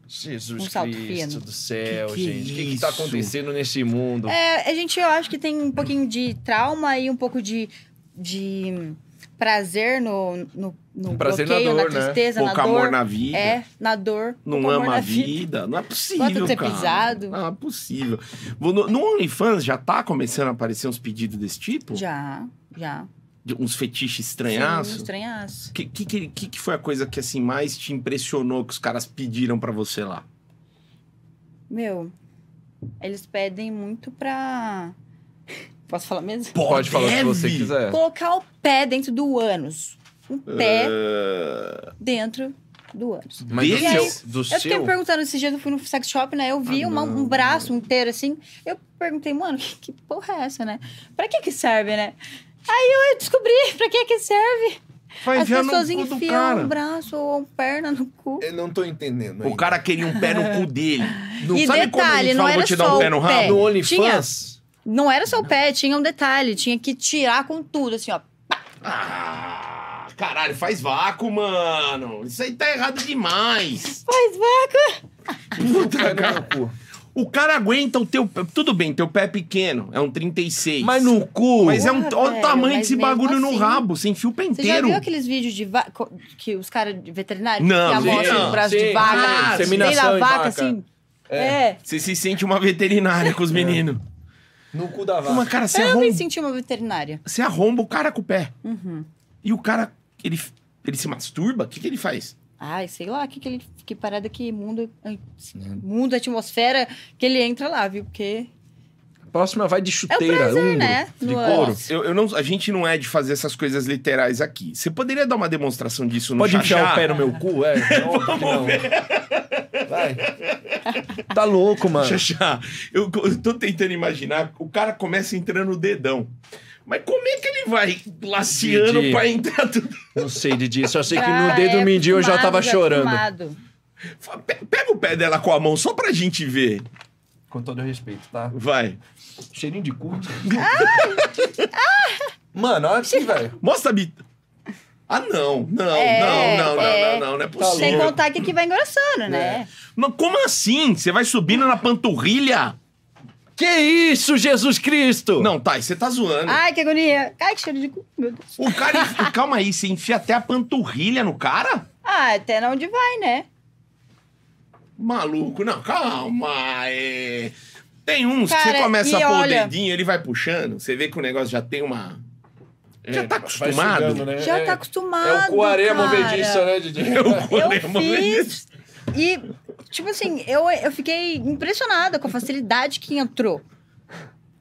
Jesus
Um salto
Cristo
fino.
do céu,
Que que é
gente. O que, que tá
isso?
acontecendo nesse mundo?
É, a gente, eu acho que tem um pouquinho de trauma e um pouco de, de prazer no, no, no
Prazer na
bloqueio, na,
dor, né?
tristeza,
Pouco
na dor.
amor na vida.
É, na dor.
Não
pouco amor
ama
na
a vida. Não é
Gosta
possível,
de ser
cara.
pisado.
Não é possível. Vou No, no OnlyFans já tá começando a aparecer uns pedidos desse tipo?
Já, já.
De uns fetiches
Sim,
estranhaços?
estranhaço.
O que, que, que- que- que foi a coisa que assim mais te impressionou que os caras pediram pra você lá?
Meu, eles pedem muito pra... Posso falar mesmo?
Pode falar o que
Deve.
você
É.
quiser.
Colocar o pé dentro do ânus. Um pé
Ah,
dentro do ânus.
Mas do
E
aí,
seu, do
Eu fiquei me
seu
perguntando esses dias, eu fui no sex shop, né? Eu vi
Ah,
uma-
não.
um braço inteiro assim. Eu perguntei, mano, [laughs] que, [laughs] que porra é essa, né? Pra que que serve, né? Aí eu descobri pra que que serve.
Vai
As
enfiar no
pessoas
cu do
enfiam
cara.
um braço ou uma perna no cu.
Eu não tô entendendo.
O
ainda.
cara queria um pé no cu
[laughs]
dele.
E
sabe quando
detalhe,
ele
não
fala, vou
era
te dar
só
um
o
pé no rabo?
pé.
no
Tinha?
OnlyFans.
Não era só o pé, tinha um detalhe. Tinha que tirar com tudo, assim, ó.
Ah, caralho, faz vácuo, mano. Isso aí tá errado demais.
Mas vai. [laughs]
Puta,
Pega
cara.
no cu.
O cara aguenta o teu pé. Tudo bem, teu pé é pequeno, é um 36.
Mas no cu.
Mas é um.
Porra,
Olha o
velho,
tamanho
mas
desse
mesmo
bagulho no
assim-
rabo, sem fio
Você já
penteiro.
viu aqueles vídeos de va... co- que os caras de veterinário
Não,
que
sim,
amostram
não,
o braço
sim,
de vaca,
sim.
tem
Inseminação
da
em
vaca,
vaca.
assim?
É.
É.
Você se sente uma veterinária com os meninos.
No cu da vaca.
Uma É. cara, você
Eu me
arromba,
senti uma veterinária.
você arromba o cara com o pé.
Uhum.
E o cara, ele, ele se masturba? O que, que ele faz?
Ai, sei lá, que, que, ele, que parada que mundo, ai, mundo, atmosfera, que ele entra lá, viu? Porque
Próxima vai de chuteira.
É o prazer,
um,
né?
De
No-
couro.
Ó, eu, eu não, a gente não é de fazer essas coisas literais aqui. Você poderia dar uma demonstração disso no
Pode enfiar
Xaxá? [laughs]
o pé no meu cu? É. Não, não. Vai. Tá louco, mano.
Xaxá, eu, eu tô tentando imaginar, o cara começa entrando no dedão. Mas como é que ele vai laciando
Didi.
pra entrar tudo?
Não sei, Didi. Só sei que
Ah,
no dedo
é,
mindinho eu já
fumado,
tava chorando.
fumado.
Fala, "Pe- Pega o pé dela com a mão só pra gente ver.
Com todo respeito, tá?
Vai.
Cheirinho de
[laughs]
cu. Mano, olha aqui, velho.
Mostra a bita. Ah, não. Não,
É,
não, não,
é.
não, não, não, não é
Sem
Tá
possível.
contar que aqui vai engrossando, né?
É.
Mas como assim? Você vai subindo na panturrilha?
Que isso, Jesus Cristo?
Não, Thay, você tá zoando.
Ai, que agonia. Ai, que cheiro de cu. Meu Deus.
O cara. enfi- [laughs] Calma aí, você enfia até a panturrilha no cara?
Ah, até na onde vai, né?
Maluco, não, calma. é. Tem uns que você
Cara,
começa a
e
pôr
olha-
o dedinho, ele vai puxando, você vê que o negócio já tem uma. [laughs] já tá
É, vai
acostumado.
sugando, né?
Já
É.
tá acostumado.
É o cu areia
cara.
movediça, né, Didi?
Eu
Olha, mano,
fiz. E, tipo assim, eu, eu fiquei impressionada com a facilidade que entrou.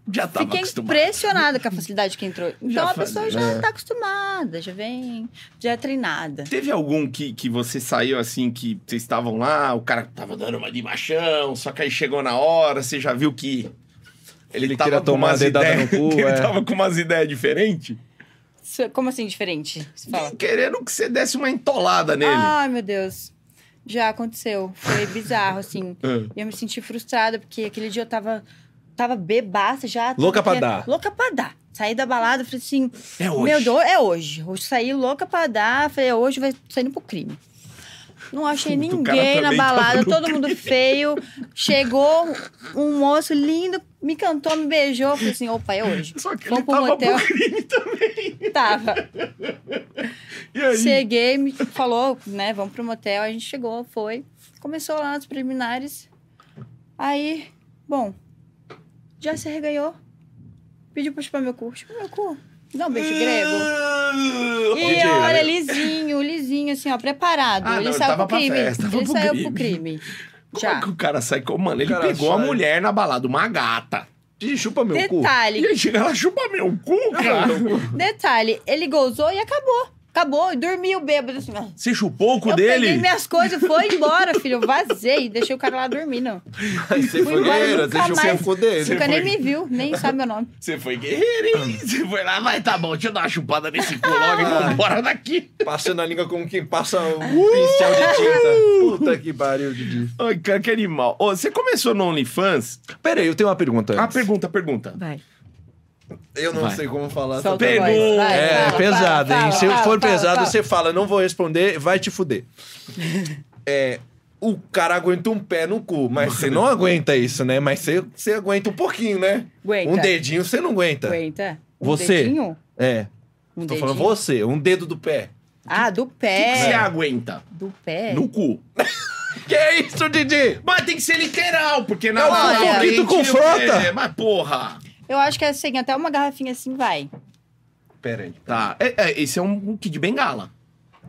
Já tava
Fiquei
acostumado.
impressionada com a facilidade que entrou. Então
Já
a
faz-
pessoa já tá acostumada, já vem, já é treinada.
Teve algum que, que você saiu assim, que vocês estavam lá, o cara tava dando uma de machão, só que aí chegou na hora, você já viu que. Ele,
Ele
tava
queria
com
tomar
umas
a dedada
ideias,
no cu,
que [laughs] ele
é.
tava com umas ideias diferentes?
Isso- Como assim, diferente? Você fala. Ah.
Querendo que você desse uma entolada nele.
Ai, meu Deus. Já aconteceu. Foi bizarro, assim.
Ah.
E eu me senti frustrada, porque aquele dia eu tava, tava bebaça já.
Louca pra
Porque-
dar.
Louca pra dar. Saí da balada, falei assim,
É hoje.
Meu Deus, é hoje. Hoje saí louca pra dar. Falei, "É, hoje vai saindo pro crime. Não achei
Puta, o cara
ninguém na
também
balada,
tava no
todo mundo feio. Chegou um moço lindo, me cantou, me beijou. Falei assim, opa, é hoje.
Só que ele
Vamos pro
tava
motel.
pro crime
[laughs]
também.
Tava.
[laughs] E aí?
Cheguei, me falou, né, vamos pro motel. A gente chegou, foi. Começou lá nas preliminares. Aí, bom, já se reganhou. Pediu pra chupar meu cu. Chupa meu cu. Dá um beijo
Ah, [laughs]
grego. E
Entendi.
olha, lisinho, lisinho, assim, ó, preparado.
Ah, não,
ele
ele
saiu
tava
pro
pra
crime.
festa, tava
ele
pro
saiu
crime.
pro crime.
Como
Já.
é que o cara sai com. Mano, ele
O cara
pegou a
sai.
mulher na balada, uma gata.
Didi, chupa meu cu.
Detalhe,
E aí chega lá, chupa meu cu, cara.
detalhe, ele gozou e acabou. Acabou, e dormiu bêbado assim. ó.
Você chupou o cu
Eu peguei
dele?
minhas coisas, foi embora, filho. Eu vazei, deixei o cara lá dormindo.
Você
Fui embora, nunca mais.
cu dele.
O cara
foi.
nem me viu, nem sabe meu nome.
Você foi guerreiro, hein? Você foi lá, vai, tá bom, deixa eu dar uma chupada nesse cu logo e
Ah.
vambora daqui.
Passando a língua como quem passa um pincel de tinta. Puta que pariu, Didi.
Ai, cara, que animal. Ô, você começou no OnlyFans?
Pera aí, eu tenho uma pergunta.
Ah,
antes.
pergunta, pergunta.
Vai.
Eu não
Vai.
sei como falar.
Solta a
Pegou.
voz, vai,
É,
fala,
pesado,
fala,
hein? Se
fala,
for
fala,
pesado,
fala.
você fala, não vou responder, vai te
[laughs]
fuder. É, o cara aguenta um pé no cu, mas você não aguenta isso, né? Mas você, você aguenta um pouquinho, né?
Aguenta.
Um dedinho você não aguenta.
Aguenta. Um
Você.
dedinho?
É.
Um
Tô
dedinho?
falando você, um dedo do pé.
Ah, do
O que que você
pé.
aguenta?
Do pé.
No cu.
Que é isso, Didi?
É. Mas tem que ser literal, porque na
É o
hora
fofoquito
realmente,
confronta.
É, mas porra.
Eu acho que é assim, até uma garrafinha assim vai.
Pera aí.
Tá, é, é, esse é um, um kid de bengala.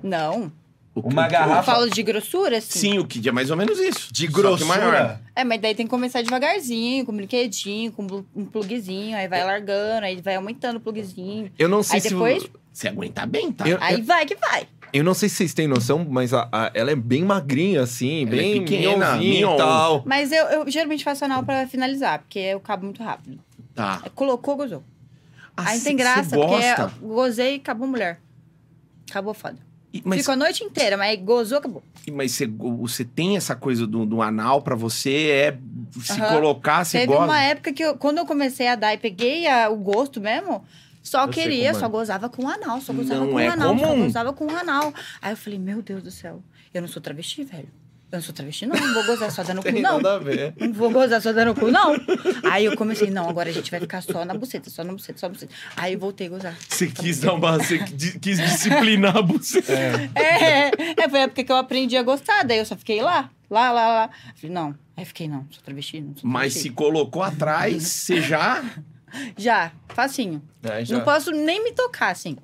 Não.
O-
Uma
o-
Eu
garrafa-
falo de grossura, assim.
Sim, o kid é mais ou menos isso.
De
só que
grossura.
maior.
É, mas daí tem que começar devagarzinho, com um brinquedinho, com um blu- um plugzinho, aí
É.
vai largando, aí vai aumentando o plugzinho.
Eu não sei
Aí
se.
depois-
Você aguenta bem, tá?
Eu-
Aí vai que vai.
Eu não sei se vocês têm noção, mas a- a- ela é bem magrinha, assim,
Ela é
bem
pequena,
minhonzinha
mignon.
e tal.
Mas eu, eu geralmente faço anal pra finalizar, porque eu cabo muito rápido. É,
Tá.
Colocou, gozou.
Ah,
aí
cê-
tem
cê
graça, porque
gosta.
é, gozei e acabou mulher. Acabou foda.
E- mas,
Ficou a noite inteira, mas gozou, acabou.
e- mas você, você tem essa coisa do, do anal pra você? É se
Aham.
colocar, se
Teve
gosta?
uma época que, eu- quando eu comecei a dar e peguei a- o gosto mesmo, só
Eu sei
queria,
como é.
só gozava com anal, só gozava
Não
com
é
anal, só
comum.
gozava com anal. Aí eu falei, meu Deus do céu, eu não sou travesti, velho. Eu não sou travesti, não. Não vou gozar só [laughs] dando cu,
Tem
não.
nada a ver.
Não vou gozar só dando cu, não. Aí eu comecei, não, agora a gente vai ficar só na buceta, só na buceta, só na buceta. Aí eu voltei a gozar.
Você quis dar uma. Você di- quis disciplinar [laughs] você.
[laughs] É, é, foi a época que eu aprendi a gostar, daí eu só fiquei lá, lá, lá, lá. Falei, não. Aí fiquei, não, sou travesti, não sou
Mas se
travesti.
colocou atrás, você já.
Já, facinho.
É,
Não posso nem me tocar, assim.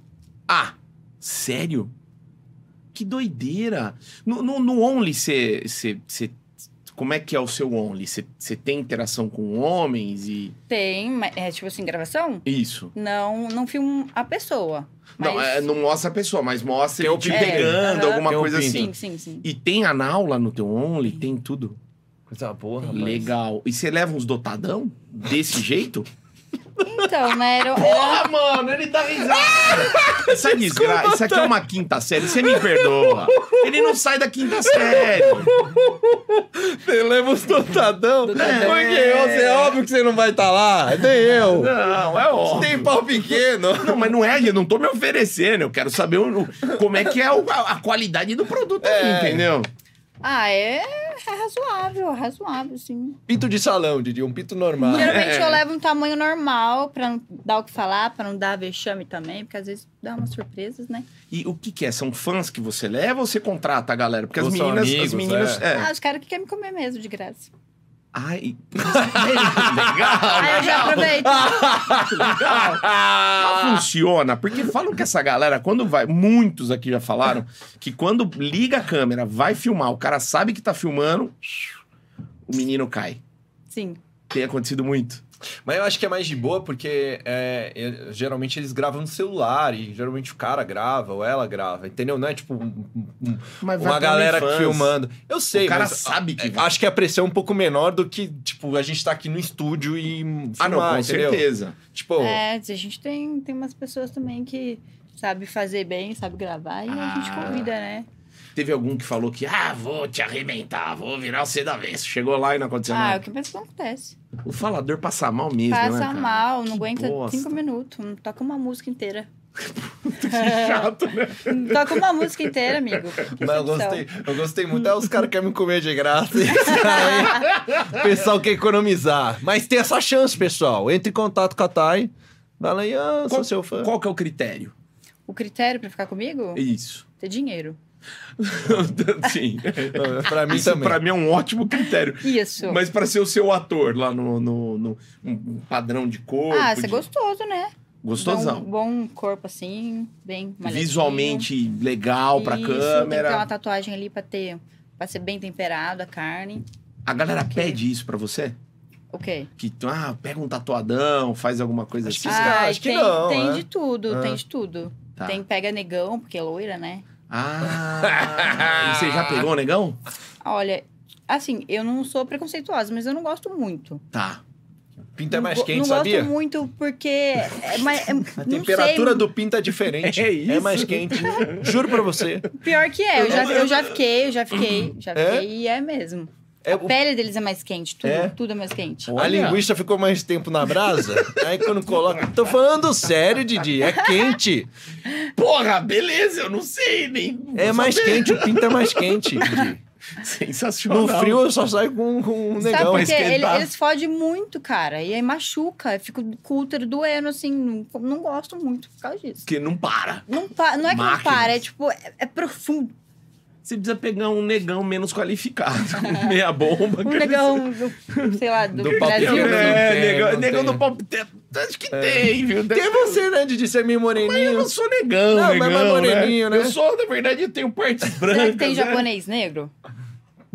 Ah, sério? Que doideira! No, no, no Only, você. Como é que é o seu Only? Você tem interação com homens e.
Tem, mas é tipo assim, gravação?
Isso.
Não, não filmo a pessoa.
Não,
mas-
é, não mostra a pessoa, mas mostra
Tem
ele
o
te
pinto.
pegando,
É,
alguma
tem o
coisa
pinto.
assim.
Sim, sim, sim.
E tem anal lá no teu Only? Tem tudo.
Coisa boa, rapaz.
Legal. E você leva uns dotadão? Desse [laughs] jeito?
Então, né, era, era-
Ah, mano, ele tá risado. Essa desgraça, isso aqui é uma quinta série, você me perdoa. Ele não sai da quinta série.
Você leva os dotadão? Porque
Dotadão.
você é óbvio que você não vai estar lá. Nem eu.
Não, é óbvio.
Tem pau pequeno.
Não, mas não é, eu não tô me oferecendo, eu quero saber o- o- como é que é o- a, a qualidade do produto
É.
ali, entendeu?
Ah, é, é razoável, é razoável, sim.
Pinto de salão, Didi. Um pinto
Ah,
normal.
Geralmente
é.
eu levo um tamanho normal pra não dar o que falar, pra não dar vexame também, porque às vezes dá umas surpresas, né?
E o que que é? São fãs que você leva ou você contrata a galera? Porque
Ou
as
são
meninas, as
amigos,
meninas... É.
Ah, os caras que querem me comer mesmo, de graça.
Ai, [laughs] legal,
Aí Ah, eu já
legal.
aproveito.
Não
Ah,
funciona, porque falam que essa galera, quando vai, muitos aqui já falaram, que quando liga a câmera, vai filmar, o cara sabe que tá filmando, o menino cai.
Sim.
Tem acontecido muito.
Mas eu acho que é mais de boa porque é, é, geralmente eles gravam no celular e geralmente o cara grava ou ela grava, entendeu? Não é tipo um- um- um-
Mas É, vai pro
uma galera
OnlyFans.
filmando. Eu sei,
o cara
mas
sabe que
é,
vai.
acho que a pressão é um pouco menor do que, tipo, a gente tá aqui no estúdio e
Ah, não,
filmar,
com
entendeu?
certeza.
Tipo,
É, a gente tem, tem umas pessoas também que sabe fazer bem, sabe gravar, e a gente
Ah.
convida, né?
Teve algum que falou que, ah, vou te arrebentar, vou virar o C da vez. Chegou lá e não aconteceu
Ah, é o
nada.
que mais acontece.
O falador passa mal mesmo, né,
Passa
cara?
mal,
Que
não aguenta
bosta.
cinco minutos. não Toca uma música inteira.
[laughs] Que chato, né?
Toca uma música inteira, amigo. Que
mas eu
decepção.
gostei, eu gostei muito. É os caras querem me comer de graça. e esse cara aí, o pessoal quer economizar. Mas tem essa chance, pessoal. Entre em contato com a Thay. Fala aí, ah, sou
Qual-
seu fã.
Qual que é o critério? É
O critério pra ficar comigo?
[laughs]
Isso.
Ter dinheiro.
Sim.
pra mim
Isso
também.
pra mim é um ótimo critério.
Isso.
Mas pra ser o seu ator lá no, no, no- um padrão de corpo.
ah, você é
de-
gostoso, né? Dá
Gostosão.
Um bom corpo assim, bem malhadinho.
Visualmente legal pra
Isso, Tem que ter uma
câmera.
tatuagem ali pra ter. Pra ser bem temperado a carne.
A galera
Ok.
pede isso pra você?
O quê?
Que, ah, pega um tatuadão, faz alguma coisa
Acho
assim.
que sim. Ah, acho que
tem,
não,
tem
né?
de tudo,
Ah.
tem de tudo.
Tá.
Tem pega negão, porque é loira, né?
[laughs]
Ah, e você já pegou, negão?
Olha, assim, eu não sou preconceituosa, mas eu não gosto muito.
Tá.
Pinta é mais
go-
quente,
não
sabia?
gosto muito porque. É, mas, é,
[laughs] A
não
temperatura
sei,
do pinto é
[laughs]
diferente.
É isso.
mais quente. Juro pra você.
Pior que é. Eu já, eu já fiquei, eu já fiquei, já
É?
fiquei. E é mesmo.
É,
a
o-
pele deles é mais quente, tudo
É?
é, tudo é mais quente.
Ó.
a
Olha.
linguiça ficou mais tempo na brasa. aí quando coloca. Tô falando sério, Didi. É quente.
Porra, beleza, eu não sei nem.
É
vou
mais
saber.
quente. O pinto é mais quente,
[laughs]
Didi.
Sensacional.
No frio eu só saio com, com um
Sabe
negão.
por
mas
quê?
que
Ele-
dá.
eles fodem muito, cara. E aí machuca, eu fico com o útero doendo, assim. Não, não gosto muito por causa disso.
Porque não para.
Não, pa- não é que não
Máquinas.
para, é tipo, é, é profundo.
Você precisa pegar um negão menos qualificado. [laughs] com Meia bomba.
Um negão, do- sei lá, do,
Do papel,
Brasil. assim,
né?
É,
Não tem,
negão,
não
negão
tem. É.
do pop. Acho que tem, viu?
Tem você, né, Didi? Você é meio
Mas eu
moreninho.
não sou negão,
Não, mas
negão,
mais moreninho, né?
Eu sou, na verdade, eu tenho partes brancas.
Será que tem
né?
japonês negro?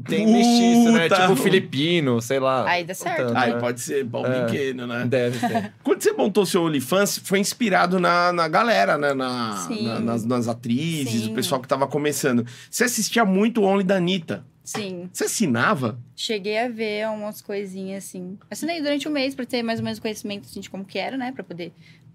Tem mestiço, né?
Puta.
Tipo filipino, sei lá.
Aí dá certo,
Tanto,
Ai,
né?
pode ser pau
É.
pequeno, né?
Deve ser.
Quando você montou seu OnlyFans, foi inspirado na, na galera, né? Na,
Sim.
na- nas, nas atrizes,
Sim.
o pessoal que tava começando. Você assistia muito o Only da Anitta.
Sim.
Você assinava?
Cheguei a ver umas coisinhas assim. Assinei durante um mês pra ter mais ou menos conhecimento assim, de como que era, né? Pra poder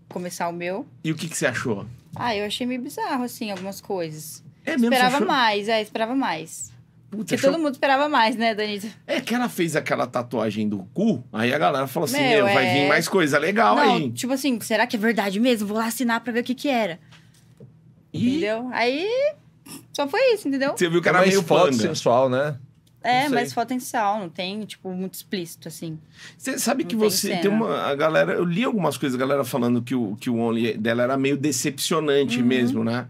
começar o meu.
E o que, que você achou?
Ah, eu achei meio bizarro, assim, algumas coisas.
É mesmo? você
esperava
achou?
mais, é, esperava mais.
Puta,
Porque
achou...
todo mundo esperava mais, né, Danita?
É que ela fez aquela tatuagem do cu, aí a galera falou assim: meu,
Meu,
vai
é-
vir mais coisa legal
Não,
Ah, aí.
tipo assim, será que é verdade mesmo? Vou lá assinar pra ver o que que era.
E
Entendeu? Aí só foi isso, entendeu?
você viu que
É
era
mais
meio
foto
panga.
sensual, né?
é,
sei.
mas falta em sal, não tem, tipo, muito explícito, assim.
Você sabe
Não
que
tem
você
cena.
tem uma. A galera. Eu li algumas coisas, a galera falando que o, que o Only dela era meio decepcionante
Uhum.
mesmo, né?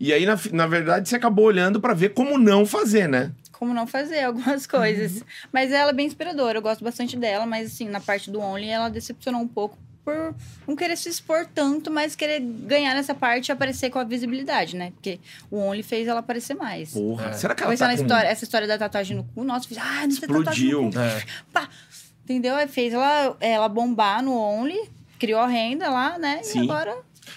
E aí, na, fi- na verdade, você acabou olhando pra ver como não fazer, né?
Como não fazer [laughs] algumas
Uhum.
coisas. Mas ela é bem inspiradora, eu gosto bastante dela, mas assim, na parte do Only ela decepcionou um pouco por não querer se expor tanto, mas querer ganhar nessa parte e aparecer com a visibilidade, né? Porque o Only fez ela aparecer mais.
Porra,
É.
será que ela
Mas
tá
na
com-
história, essa história da tatuagem no cu, nossa, fiz, ah, não sei tatuagem no
explodiu?
cu.
É.
Entendeu? Aí fez ela, ela bombar no Only, criou a renda lá, né?
Sim.
E agora.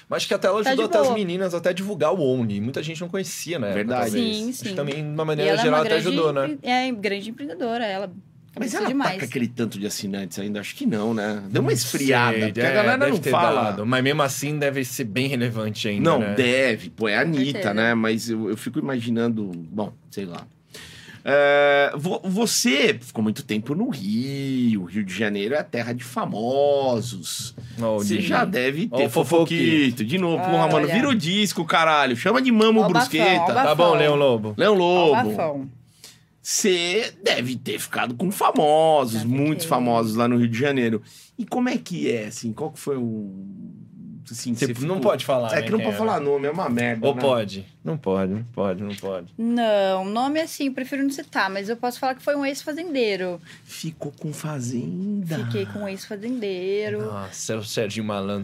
Mas que até ela
Tá
ajudou
de
até as
boa.
meninas até a divulgar o Only. Muita gente não conhecia, né?
Verdade.
Sim,
Acho que
sim.
também, de uma
e
maneira
ela
geral,
é uma
até
grande,
ajudou, né?
É, grande empreendedora, ela.
Mas
cabeça
ela
é demais.
tá com aquele tanto de assinantes ainda? Acho que não, né? Deu uma esfriada.
Sei,
porque
é,
a galera
deve
não
ter
fala.
dado, mas mesmo assim deve ser bem relevante ainda.
Não,
né?
deve, pô, é a Anitta,
certeza.
né? Mas eu, eu fico imaginando. Bom, sei lá. É, vo- você ficou muito tempo no Rio. Rio de Janeiro é a terra de famosos.
Ó, o
Você
Didi.
já deve
Ó,
ter
o
fofoquito.
fofoquito.
De novo,
Ah,
porra, mano,
olha.
vira o disco, caralho. Chama de Mamo
Ó o bafão, ó o
Brusqueta.
bafão.
Tá bom, Leão Lobo.
Leão
Ó,
Lobo.
bafão.
Você deve ter ficado com famosos,
Já
muitos
fiquei.
famosos lá no Rio de Janeiro. E como é que é, assim? Qual que foi o... Assim,
Você
você
não
ficou-
pode falar.
É
né,
que não
quem
pode falar nome, é uma merda.
Ou
né?
pode? Não pode, não pode, não pode.
Não, nome assim, eu prefiro não citar, mas eu posso falar que foi um ex-fazendeiro.
Ficou com fazenda.
Fiquei com um ex-fazendeiro.
Nossa, é o Serginho Malandro,
É.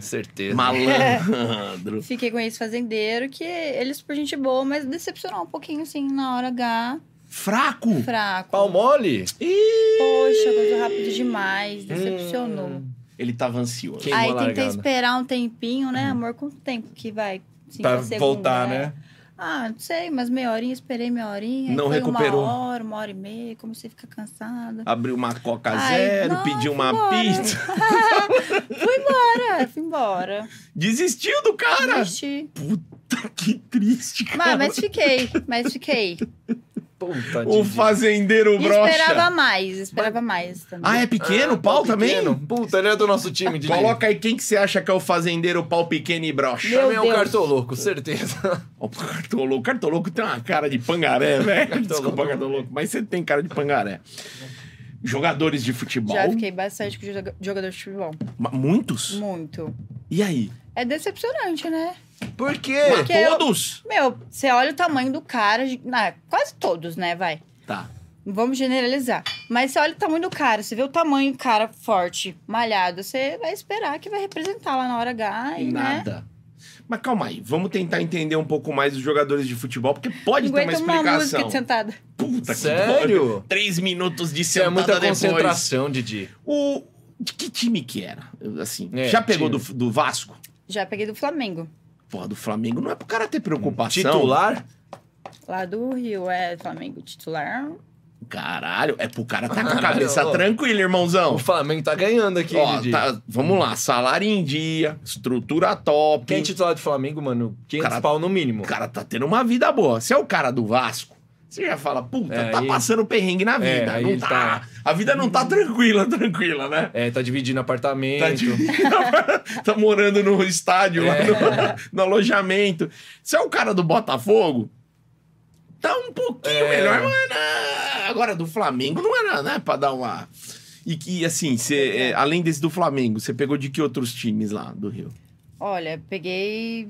[laughs]
certeza.
Malandro.
Fiquei com um ex-fazendeiro que ele é super gente boa, mas decepcionou um pouquinho, assim, na hora H.
Fraco.
Fraco.
Pau mole?
Poxa, coisa rápido demais. Decepcionou.
Hum,
Ele tava ansioso.
Quem- Queimou
Aí
a
tentei
largada. Hum.
esperar um tempinho, né, amor? Quanto tempo que vai? Sim,
tá
pra
a segunda,
voltar,
é.
né?
Ah, não sei, mas meia horinha, esperei meia horinha. aí
Não
foi
recuperou.
Uma hora, uma hora e meia, comecei a ficar cansada.
Abriu uma Coca
Ai,
Zero,
não,
pediu uma
vambora.
pizza. [laughs]
fui
Ah.
embora, É, fui embora.
Desistiu do cara.
Desisti.
Puta, que triste, cara.
Mas, mas fiquei, mas fiquei.
Puta
O
Didi.
fazendeiro
E
brocha.
esperava mais, esperava mais também.
Ah, é pequeno? o
Ah,
pau também?
pequeno. Puta, ele é do nosso time, Didi.
Coloca aí quem que você acha que é o fazendeiro pau pequeno e brocha.
Também é o
Deus.
cartoloco, certeza. [laughs]
Ó, O cartoloco. Cartoloco tem uma cara de pangaré, velho. Desculpa, cartoloco. Mas você tem cara de pangaré. Jogadores de futebol.
Já fiquei bastante com joga- jogador de futebol.
Ma- Muitos?
Muito.
E aí?
É decepcionante, né?
Por quê?
Porque eu-
Todos?
Meu, você olha o tamanho do cara. Ah, quase todos, né? Vai.
Tá.
Não Vamos generalizar. Mas você olha o tamanho do cara, você vê o tamanho do cara forte, malhado, você vai esperar que vai representar lá na hora H e, né?
Nada. Mas calma aí, vamos tentar entender um pouco mais os jogadores de futebol, porque pode ter uma
Aguenta uma, música
explicação.
de sentada.
Puta que
Sério?
pariu. Três minutos de
Isso é
tá
sentada
muita
depois.
concentração, Didi.
O... De que time que era? Assim,
É,
já pegou do,
time.
do Vasco?
Já peguei do Flamengo,
Porra, do Flamengo não é pro cara ter preocupação.
Titular?
lá do Rio, é Flamengo titular.
Caralho, é pro cara tá com a
Caralho,
cabeça
ó.
tranquila, irmãozão.
O Flamengo tá ganhando aqui,
Ó,
Didi.
tá- vamos lá, salário em dia, estrutura top.
Quem é titular do Flamengo, mano? 500
Cara-
pau no mínimo.
O cara tá tendo uma vida boa. Se é o cara do Vasco, você já fala, puta,
É,
tá
aí-
passando perrengue na vida.
É, aí
não
ele
tá...
tá-
A vida não tá tranquila, tranquila, né?
É, tá dividindo apartamento.
Tá, de- [laughs] tá morando no estádio,
É.
lá no, [laughs] no alojamento. Se é o cara do Botafogo, tá um pouquinho
É.
melhor, mas né, agora do Flamengo não era, né? Pra dar uma. E que, assim, você, é, além desse do Flamengo, você pegou de que outros times lá do Rio?
Olha, peguei.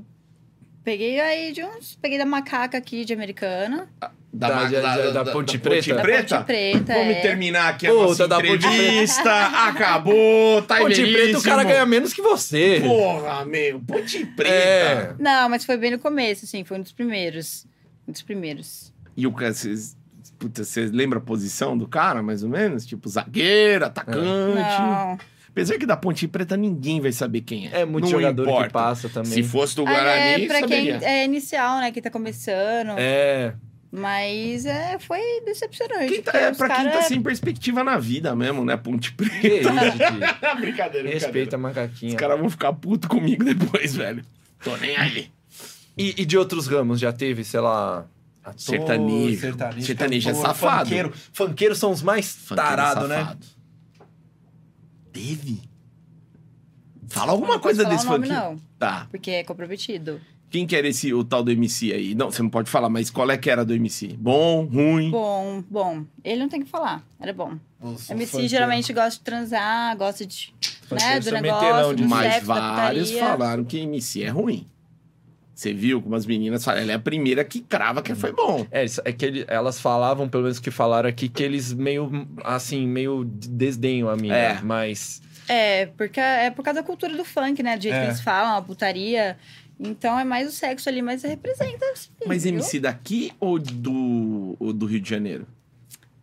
Peguei aí de uns. Peguei da macaca aqui de americana.
Da-
Ma-
da- da- da Ponte Preta?
Da Ponte Preta.
Vamos
é.
terminar aqui a
Puta,
nossa
da Ponte Preta.
entrevista. [laughs] Acabou, tá
Ponte Preta, o cara ganha menos que você.
Porra, meu, Ponte Preta.
É.
Não, mas foi bem no começo, assim, foi um dos primeiros. Um dos primeiros.
E o cara, vocês... Puta, você lembra a posição do cara, mais ou menos? Tipo, zagueiro, atacante.
Não.
Apesar que da Ponte Preta ninguém vai saber quem é.
É muito
Não
jogador
importa.
que passa também.
Se fosse do
Ah,
Guarani,
é pra quem
saberia.
é inicial, né? Quem tá começando.
É.
Mas é, foi decepcionante.
Quem tá,
porque
é,
os
pra quem tá
cara-
sem perspectiva na vida mesmo, né? Ponte Preta. [laughs]
Que isso, tio?
brincadeira,
Respeita a
Os
macaquinha.
caras vão ficar puto comigo depois, velho. Tô nem aí.
E, e de outros ramos, já teve, sei lá... ator,
Sertanejo.
sertanejo,
Sertanejo é
cantor,
safado.
Funkeiro. Funkeiro são os mais tarados, né?
Teve? Fala alguma
não
coisa
posso
desse
falar o nome,
funkeiro.
não,
Tá.
porque é comprometido.
Quem que era esse, o tal do MC aí? Não, você não pode falar, mas qual é que era do MC? Bom, ruim?
Bom, bom. Ele não tem que falar. Era bom.
Os
MC
funkeiros.
geralmente gosta de transar, gosta de. né,
Funkeiros
do
são meteirão
negócio,
de-
do
mas
sexo, da
vários
putaria.
falaram que MC é ruim. Você viu como as meninas falam? Ela é a primeira que crava que foi bom.
É, isso- é que ele- elas falavam, pelo menos que falaram aqui, que eles meio, assim, meio desdenham a minha.
É.
Mas
É, porque é por causa da cultura do funk, né? Do jeito
É.
que eles falam, a putaria. Então é mais o sexo ali, mas representa. Assim,
Mas
viu?
MC daqui ou do, ou do Rio de Janeiro?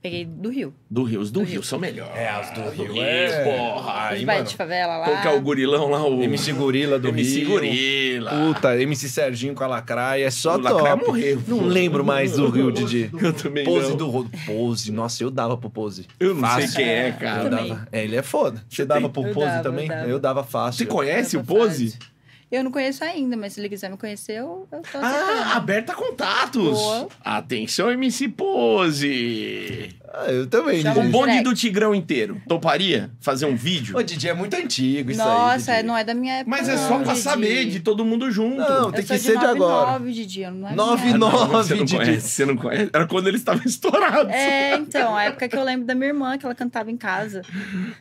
Peguei do Rio.
Do Rio. Os do,
Do
Rio,
Rio.
são melhores.
É, os do Rio,
Rio,
é.
porra.
Aí,
Os bailes
mano,
de favela lá.
Qual que é o gorilão lá? O
MC Gorila do
MC
Rio.
Gorila.
Puta, MC Serginho com a Lacraia, é só
O Lacraia
top.
morreu.
Não lembro mais do Rio, [laughs] Didi.
[laughs] Eu também
Pose
não.
do Rodo. Pose, nossa, eu dava pro Pose.
Eu não
Fácil.
sei quem é,
Eu
cara.
também.
dava. É, ele é foda. Você
Eu
dava
tenho-
pro
Eu
Pose
dava, eu
também?
dava.
Eu dava fácil.
Você conhece o
Dava pra
Pose?
frase. Eu não conheço ainda, mas se ele quiser me conhecer, eu, eu tô
Ah, aberta contatos.
Boa.
Atenção, MC Pose.
Ah, eu também,
Chama
O
Didi.
Vamos
bonde
direct.
do Tigrão inteiro. Toparia fazer um vídeo?
Ô, Didi, é muito antigo isso
Nossa,
aí. Didi.
não é da minha época.
Mas é
não,
só pra
Didi.
saber de todo mundo junto. Ah,
Não,
Eu
tem
sou
que ser de agora.
99, Didi, não é minha
99.
época.
não,
nove,
você não
Didi.
conhece, você não conhece. Era quando ele [laughs] estava estourado.
É, então, a época que eu lembro da minha irmã, que ela cantava em casa.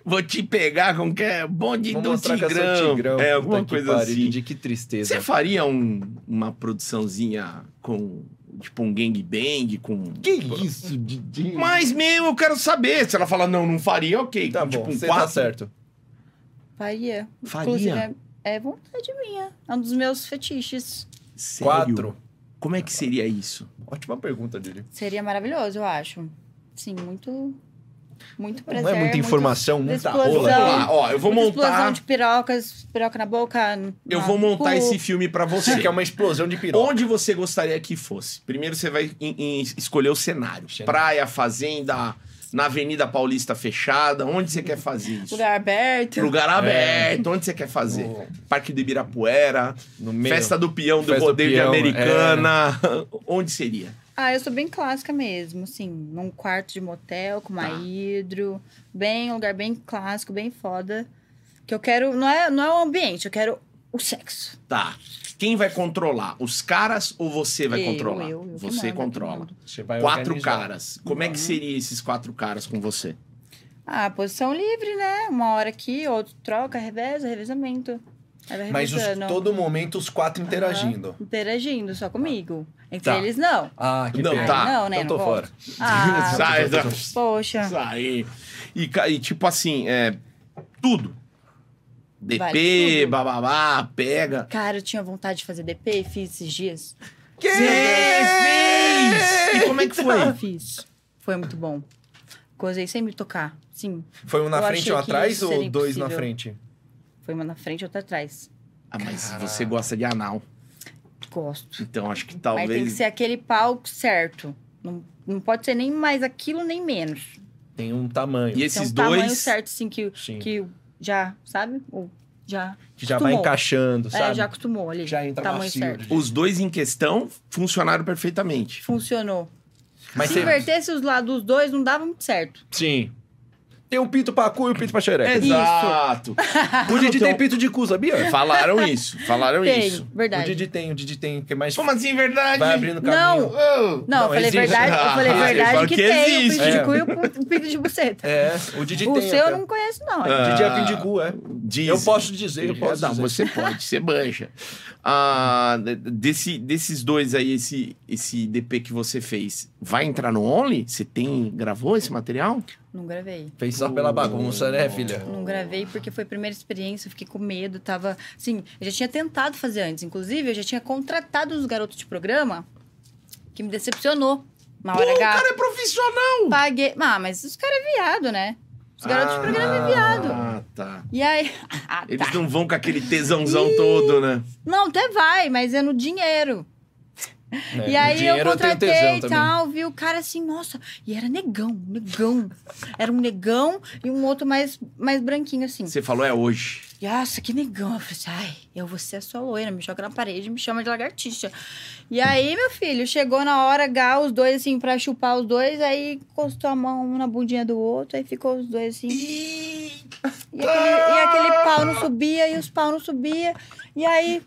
Vou te pegar com que é bonde
Vamos
do
mostrar que eu
tigrão.
sou tigrão.
É,
Puta
alguma
que
coisa
pariu,
assim.
Didi, que tristeza.
Você faria um- uma produçãozinha com, tipo, um gangbang com...
Que isso, Didi?
Mas, meu, eu quero saber. Se ela falar, não, não faria, ok.
Tá
com,
bom,
tipo, um
você
quatro.
tá certo.
Faria.
Faria?
Inclusive, é, é vontade minha. É um dos meus fetiches.
Sério?
Quatro.
Como é que seria isso?
Ótima pergunta, Didi.
Seria maravilhoso, eu acho. Sim, muito. Muito prazer.
Não é muita informação, muita rola.
explosão.
Vamos lá, ó, eu vou
muita Explosão
montar...
de pirocas, piroca na boca.
Eu
na-
vou montar
no cu.
esse filme pra você.
Você quer é uma explosão de piroca.
Onde você gostaria que fosse? Primeiro você vai em- em escolher o cenário.
Cenário.
Praia, fazenda, na Avenida Paulista fechada. Onde você quer fazer isso?
Lugar aberto.
É.
Lugar aberto. Onde você quer fazer?
No-
Parque do Ibirapuera,
No meio.
Festa do Peão do
Festa do
Rodeio
Peão, é.
de Americana. [laughs] Onde seria?
Ah, eu sou bem clássica mesmo, assim, num quarto de motel com uma
Tá.
hidro, bem, um lugar bem clássico, bem foda. Que eu quero, não é, não é o ambiente, eu quero o sexo.
Tá. Quem vai controlar? Os caras ou você vai
Eu,
controlar?
eu, eu que
você
mando, eu que
controla.
mando.
Você vai
Quatro
organizar.
caras. Como é que seria esses quatro caras com você?
Ah, posição livre, né? Uma hora aqui, outro troca, reveza, revezamento. Aí vai
Mas os-
revezando.
todo momento os quatro
Aham.
interagindo.
Interagindo, só comigo. Entre
Tá.
eles, não.
Ah, que
Não,
pena.
tá.
Ai, não, né?
Então tô
não
fora.
gosto. Ah,
Sai da- [laughs]
poxa.
Isso aí. E, ca- e tipo assim, é. Tudo. DP,
Vale tudo.
bababá, pega.
Cara, eu tinha vontade de fazer DP e fiz esses dias.
Que
Você fez! E como é que
[laughs]
foi?
Fiz. Foi muito bom. Gozei sem me tocar. Sim.
Foi um na
Eu
frente e um
achei que
atrás
isso
ou
seria
dois na
impossível.
frente?
Foi uma na frente, outra atrás.
Ah, mas
Caraca.
você gosta de anal.
Gosto.
Então acho que
Mas tem que
talvez.
ser aquele pau certo. Não, não pode ser nem mais aquilo, nem menos.
Tem um tamanho.
E
Tem
esses
um tamanho
dois.
certo, assim, que,
Sim.
que já, sabe? Ou já.
que já vai
acostumou.
encaixando, sabe?
É, já acostumou ali.
Já entra
tamanho
macio.
certo.
Os dois em questão funcionaram perfeitamente.
Funcionou.
Mas
Se
tem-
invertesse os lados dos dois, não dava muito certo.
Sim. Tem um pinto pra cu e um pinto pra xereca.
Exato.
O
[laughs]
Didi tem pinto de cu, sabia?
Falaram isso. Falaram
Tem,
isso.
O
verdade.
Didi tem, o Didi tem. O que mais?
Como assim, verdade?
Vai abrindo caminho.
Não.
Oh.
Não,
Não,
eu falei
existe.
verdade, eu falei
Ah, claro
verdade que,
que
tem
existe.
o pinto de cu e o pinto de buceta.
É, o Didi
o
tem.
seu
até.
eu não conheço, não.
Ah.
O Didi é pinto de cu, é.
Dizem.
Eu posso dizer, eu posso
Não,
dizer.
você pode, você manja. Ah, desse, desses dois aí, esse, esse DP que você fez, vai entrar no Only? Você tem, gravou esse material?
Não gravei.
Fez só pela bagunça, né, filha?
Não gravei porque foi a primeira experiência, eu fiquei com medo, tava. Assim, eu já tinha tentado fazer antes. Inclusive, eu já tinha contratado uns garotos de programa que me decepcionou. Na hora
Pô, o
H.
cara é profissional!
Paguei. Ah, mas os caras é viado, né? Os garotos de programa é viado.
Ah, tá.
E aí. [laughs] Ah,
Ah. Eles
tá.
não vão com aquele tesãozão todo, né?
Não, até vai, mas é no dinheiro.
É,
e aí eu
dinheiro eu tenho tesão
contratei e
também.
tal, vi o cara assim, nossa, e era negão, negão. Era um negão e um outro mais, mais branquinho, assim.
Você falou é hoje.
Nossa, que negão. Eu falei assim, ai, eu vou ser a sua loira, me joga na parede, me chama de lagartixa. E aí, meu filho, chegou na hora, H, os dois, assim, pra chupar os dois, aí encostou a mão um na bundinha do outro, aí ficou os dois assim. E aquele, e aquele pau não subia, e os pau não subia. E aí.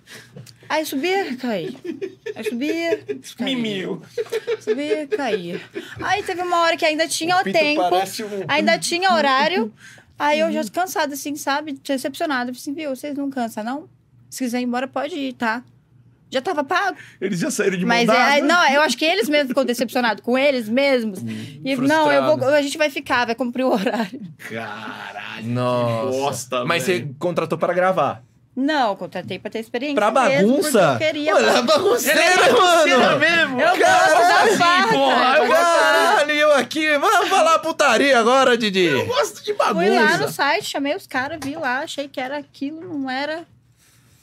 Aí subia, caía. Aí subia. caía.
Mimil.
Subia, caía. Aí teve uma hora que ainda tinha o
Pito
tempo.
parece um-
Ainda tinha horário. Aí eu já cansada, assim, sabe? Decepcionada. Eu falei assim, viu, vocês não cansam, não? Se quiser ir embora, pode ir, tá? Já tava pago.
Eles já saíram de
mas é,
mão
aí-
né?
dada.
não, eu acho que eles mesmos ficou decepcionados com eles mesmos. E não, eu vou,
frustrados.
a gente vai ficar, vai cumprir o horário.
Caralho.
Nossa.
bosta,
Mas
velho.
você contratou pra gravar.
Não, contratei pra ter experiência.
Pra
mesmo,
bagunça?
porque eu queria.
Mano, é bagunceira,
tá
mano!
mesmo?
Caralho,
Eu gosto da farra, cara.
porra,
Eu gosto-
Caralho, eu aqui. Vamos falar putaria agora, Didi.
Eu gosto de
Fui lá no
bagunça.
site, chamei os caras, vi lá, achei que era aquilo, não era.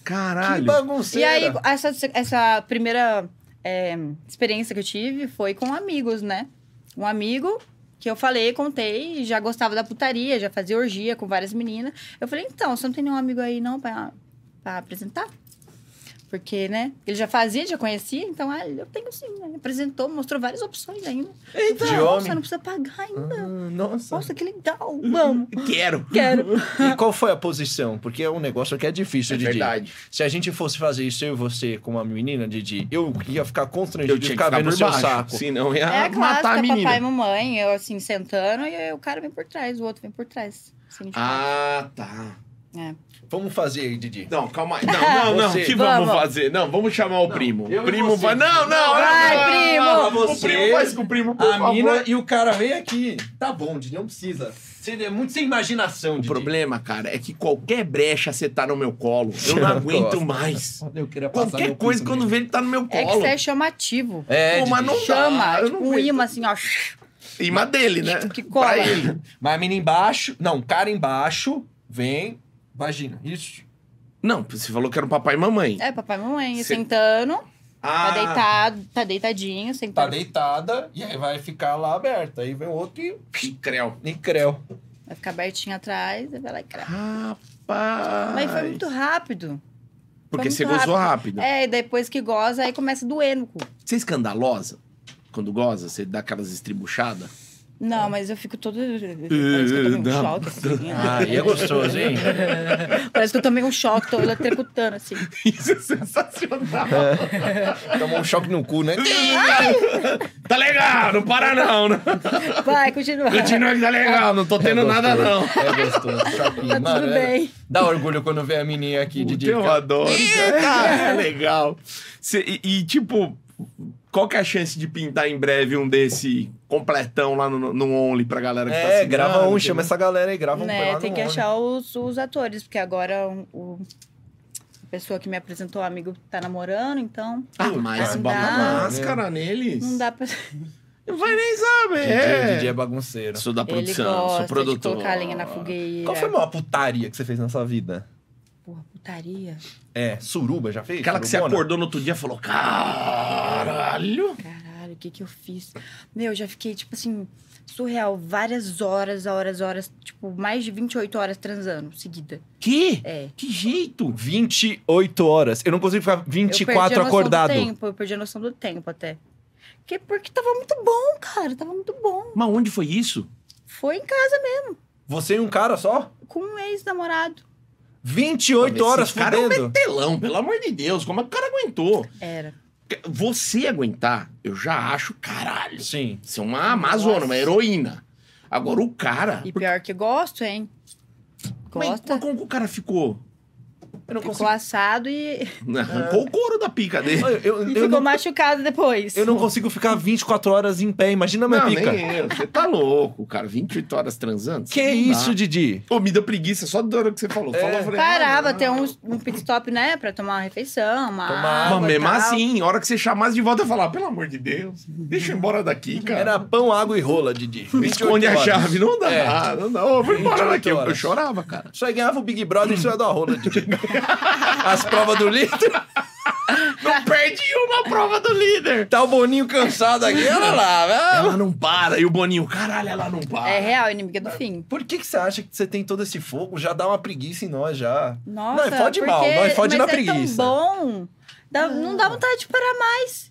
Que
Caralho.
E aí,
bagunceira.
essa, essa primeira é, experiência que eu tive foi com amigos, né? Um amigo que eu falei, contei, e já gostava da putaria, já fazia orgia com várias meninas. Eu falei, então, você não tem nenhum amigo aí não pra, pra apresentar? Porque, né? Ele já fazia, já conhecia, então, ah, eu tenho sim, né? Apresentou, mostrou várias opções ainda. Eu falei,
de
"Nossa,
homem."
não precisa pagar ainda.
Ah, Nossa.
Nossa, que legal, vamos.
Quero.
Quero.
E qual foi a posição? Porque é um negócio que é difícil,
É
Didi.
verdade.
Se a gente fosse fazer isso, eu e você, com uma menina, Didi, eu ia ficar constrangido
Eu
de
tinha que
ficar
ficar
vendo o
por
seu
baixo.
saco.
Senão ia
É a
Ah, matar a
clássica,
menina.
papai e mamãe, eu assim, sentando, e aí o cara vem por trás, o outro vem por trás. Assim, de
Ah, tá.
frente. É.
Vamos fazer, Didi.
Não, calma [laughs] aí. Não, não, não. O
Você.
que vamos,
Vamos.
fazer? Não, vamos chamar o primo.
eu e
O primo
você.
vai. Não, não, não.
Vai,
não,
primo.
não, não. O
Você,
primo faz com o primo, por favor.
e o cara vem aqui. Tá bom, Didi, não precisa. Você é muito sem imaginação,
O problema, cara, é que qualquer brecha você tá no meu colo. [laughs] Eu não
Eu
aguento
gosto.
mais.
Eu queria passar
Qualquer
meu
coisa,
pinto
quando
nele.
vê, ele tá no meu
É que
colo.
você é chamativo.
É,
Pô, mas
Didi.
não
Chama,
dá, eu
tipo
não
um
aguento.
imã assim, ó. tipo,
Imã dele, né?
Que cola.
Pra ele.
Mas a mina embaixo... Não, o cara embaixo vem... Imagina, isso.
Não, você falou que era o papai e mamãe.
É, papai e mamãe,
Cê-
sentando,
Ah,
tá deitado, tá deitadinho,
Tá
sentado.
deitada e aí vai ficar lá aberta. Aí vem outro e...
que creu.
Nem creu.
Vai ficar abertinho atrás, e vai lá e crava.
Rapaz.
Mas foi muito rápido.
Porque
foi
você
muito
gozou rápido.
É, e depois que goza, aí começa a doer no cu.
Você é escandalosa? Quando goza, você dá aquelas estribuchadas?
Não, mas eu fico todo. Parece que eu
[laughs]
tomei um
não.
choque, assim.
Ah,
e é gostoso, hein?
Parece que eu tomei um choque, tô eletrocutando, assim.
[laughs] Isso é sensacional.
[laughs] É. Tomou um choque no cu, né?
Tá legal, não para não. né?
Vai, continua.
Continua que tá legal, não tô tendo
É
nada
gostoso,
não.
É gostoso. Choquinho,
Tá tudo
mano, é-
bem.
Dá orgulho quando vê a menina aqui, Didi.
eu adoro. É legal. Cê- e, e, tipo, qual que é a chance de pintar em breve um desse completão lá no, no Only pra galera que tá
É,
assinando?
grava um,
entendeu?
chama essa galera aí, grava um
Né,
pelado
tem que
homem.
achar os, os atores, porque agora o, o- a pessoa que me apresentou, o amigo, tá namorando, então
Ah, mas
Não
bota
é
dá.
máscara neles.
não dá pra.
Não vai nem saber.
Didi,
é.
Didi é bagunceiro.
Sou da
Ele
produção, sou
gosta de
produtor.
colocar a lenha na fogueira.
Qual foi a maior putaria que você fez na sua vida?
Porra, putaria.
É, suruba, já fez?
Aquela que você
Surubona?
acordou no outro dia e falou: caralho.
Caralho, o que que eu fiz? Meu, eu já fiquei, tipo assim, surreal. Várias horas, horas, horas. Tipo, mais de 28 horas transando, seguida.
Que?
É.
Que jeito?
28 horas. Eu não consigo ficar
eu perdi a
24
noção
acordado.
Do tempo, eu perdi a noção do tempo até. Que, porque tava muito bom, cara. Tava muito bom.
Mas onde foi isso?
Foi em casa
Você e um cara só?
mesmo, com um ex-namorado.
28
Esse
horas
cara é um
fudendo.
metelão, pelo amor de Deus. Como é que o cara aguentou?
Era.
Você aguentar, eu já acho caralho.
Sim.
Isso é uma amazona,
Nossa.
uma heroína. Agora o
Ah,
cara.
E pior que gosto, hein?
Mas
Gosta.
como é que o cara ficou? [laughs]
Eu não
Ficou
consigo.
assado e,
Arrancou o couro da pica dele.
[laughs] Eu, eu-
[laughs] e
eu
ficou
não,
machucado depois.
eu não consigo ficar 24 horas em pé. Imagina minha
Não,
pica.
nem eu. Você tá louco, cara. 28 horas transando?
Que
Não dá.
isso, Didi?
Pô, me deu preguiça só da hora que você falou.
É.
falou eu falei,
Parava,
ah,
ter um, um pit stop, né? Pra tomar uma refeição, uma
Tomar.
água
Mas
e
mesmo
tal.
assim, a hora que você chamasse de volta, eu falava, pelo amor de Deus, deixa eu ir embora daqui, cara.
Era pão, água e rola,
[laughs]
Didi. 28
Esconde a
horas.
chave, não dá,
É.
não dá. Ô, Eu vou embora
28
daqui, eu, eu
horas.
chorava, cara.
é
[laughs]
Só ganhava o Big Brother e só ia dar uma rola, Didi. As provas do litro.
Não perdi uma prova do líder.
Tá o Boninho cansado [laughs] aqui, olha lá, velho.
Ela não para. E o Boninho, caralho, ela não para.
É real, inimiga do fim.
Por que, que você acha que você tem todo esse fogo? Já dá uma preguiça em nós, já.
Nossa,
Não, fode
porque...
mal, nós fode
mas
na
é
preguiça. Ah.
tão bom. Dá- Não dá vontade de parar mais.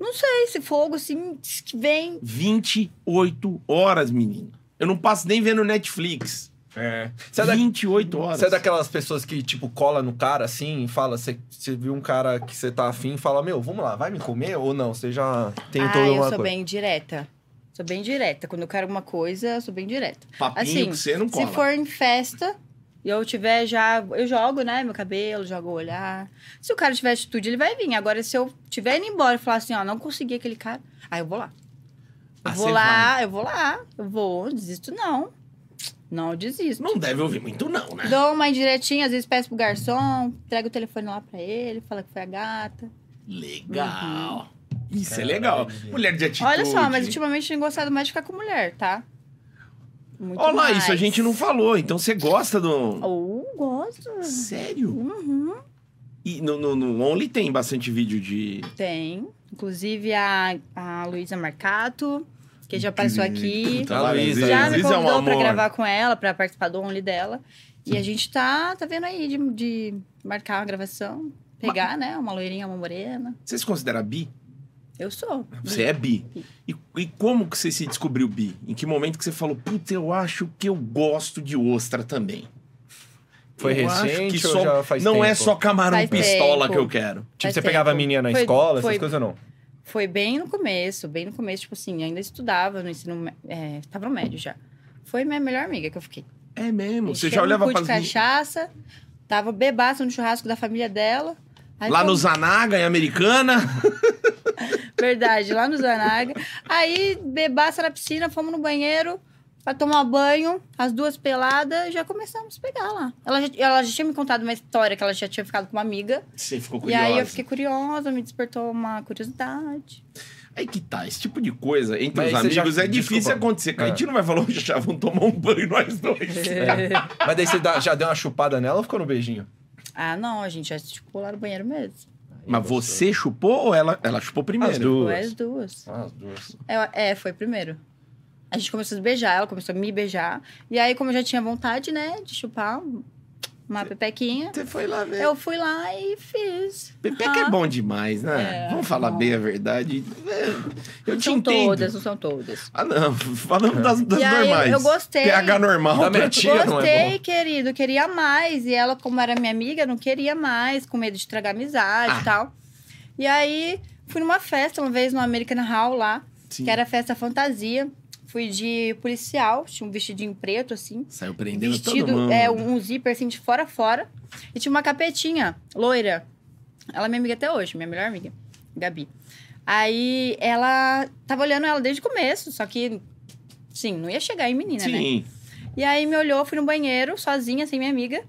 Não sei, esse fogo, se se vem...
28 horas, menino. Eu não passo nem vendo Netflix.
É. Você é, da-
28 horas.
você é daquelas pessoas que, tipo, cola no cara assim e fala, você, você viu um cara que você tá afim e fala, meu, vamos lá, vai me comer ou não? Você já tem
ah,
toda
eu
uma
sou
coisa.
bem direta. Sou bem direta. Quando eu quero alguma coisa, eu sou bem direta.
Papinho
assim,
que você não cola.
Se for em festa e eu tiver já. Eu jogo, né? Meu cabelo, jogo o olhar. Se o cara tiver atitude, ele vai vir. Agora, se eu tiver indo embora e falar assim, ó, não consegui aquele cara, aí eu vou lá. Eu
Ah,
vou
você
lá, eu vou lá, eu vou, não desisto, não. Não desisto.
Não deve ouvir muito, não, né?
Dou uma indiretinha, às vezes peço pro garçom, entrego o telefone lá pra ele, fala que foi a gata.
Legal. Isso
Caralho,
é legal.
gente.
Mulher de atitude.
Uhum. Olha só, mas tipo, ultimamente tenho gostado mais de ficar com mulher, tá? Muito
Olha lá,
mais.
isso a gente não falou. Então você gosta do.
Oh, gosto.
Sério?
Uhum.
E no, no, no Only tem bastante vídeo de.
Tem. Inclusive a, a Luísa Marcato, que já apareceu aqui.
Puta,
A
parabéns.
Tá, Luísa.
Já me
Luísa é um
convidou pra
amor.
gravar com ela, pra participar do Only dela. E a gente tá, tá vendo aí de, de marcar uma gravação. Pegar, né? Uma loirinha, uma morena.
Você se considera bi?
Eu sou.
Você é bi.
Bi.
E, e como que você se descobriu bi? Em que momento que você falou, puta, eu acho que eu gosto de ostra também?
Foi
Eu acho
recente
que
ou
só-
já faz
Não é
tempo?
só camarão
Faz
pistola
tempo.
que eu quero.
Tipo,
Faz
você pegava a
tempo.
menina na
Foi-
escola,
foi-
essas coisas ou não?
Foi bem no começo, bem no começo, tipo assim, ainda estudava no ensino. mé- É, tava no médio já. Foi minha melhor amiga que eu fiquei.
É mesmo. Você
Enchendo
já
o
olhava
cu
para
de cachaça, tava bebaça no churrasco da família dela. Aí
Lá
falou,
no Zanaga, em Americana. [laughs]
Verdade, lá no Zanaga. Aí, bebaça na piscina, fomos no banheiro pra tomar banho, as duas peladas, e já começamos a pegar lá. Ela já, ela já tinha me contado uma história que ela já tinha ficado com uma amiga.
Você ficou
E
curiosa.
aí eu fiquei curiosa, me despertou uma curiosidade.
Aí que tá, esse tipo de coisa entre
Mas
os
você já-
amigos é difícil
Desculpa.
acontecer. cara.
É.
A gente não vai falar, hoje já vão tomar um banho nós dois.
[laughs]
Mas daí você dá- já deu uma chupada nela ou ficou no beijinho?
ah, não, a gente já se chupou lá no banheiro mesmo.
Mas você chupou ou ela, ela chupou primeiro?
As duas.
Foi as duas.
Ah, as duas.
É, é, foi primeiro. A gente começou a se beijar, ela começou a me beijar. E aí, como eu já tinha vontade, né, de chupar uma pepequinha,
Você foi lá ver.
eu fui lá e fiz.
Pepeca é bom demais, né?
É,
Vamos falar
bom.
bem a verdade. É, Eu
não
te
são
entendo.
todas, não são todas.
Ah, não. Falando das, das
E aí, eu-
normais.
eu gostei.
PH normal
Da
pra
minha
ti.
tia. não é
Gostei, querido, queria mais. E ela, como era minha amiga, não queria mais, com medo de estragar a amizade
Ah.
e tal. E aí, fui numa festa uma vez no American Hall lá,
Sim.
que era festa fantasia. Fui de policial, tinha um vestidinho preto, assim.
Saiu prendendo todo
vestido,
mundo.
é, um zíper assim de fora a fora. E tinha uma capetinha, loira. Ela é minha amiga até hoje, minha melhor amiga, Gabi. Aí ela tava olhando ela desde o começo, só que, sim, não ia chegar em menina, né?
Sim.
E aí me olhou, fui no banheiro, sozinha, sem minha amiga.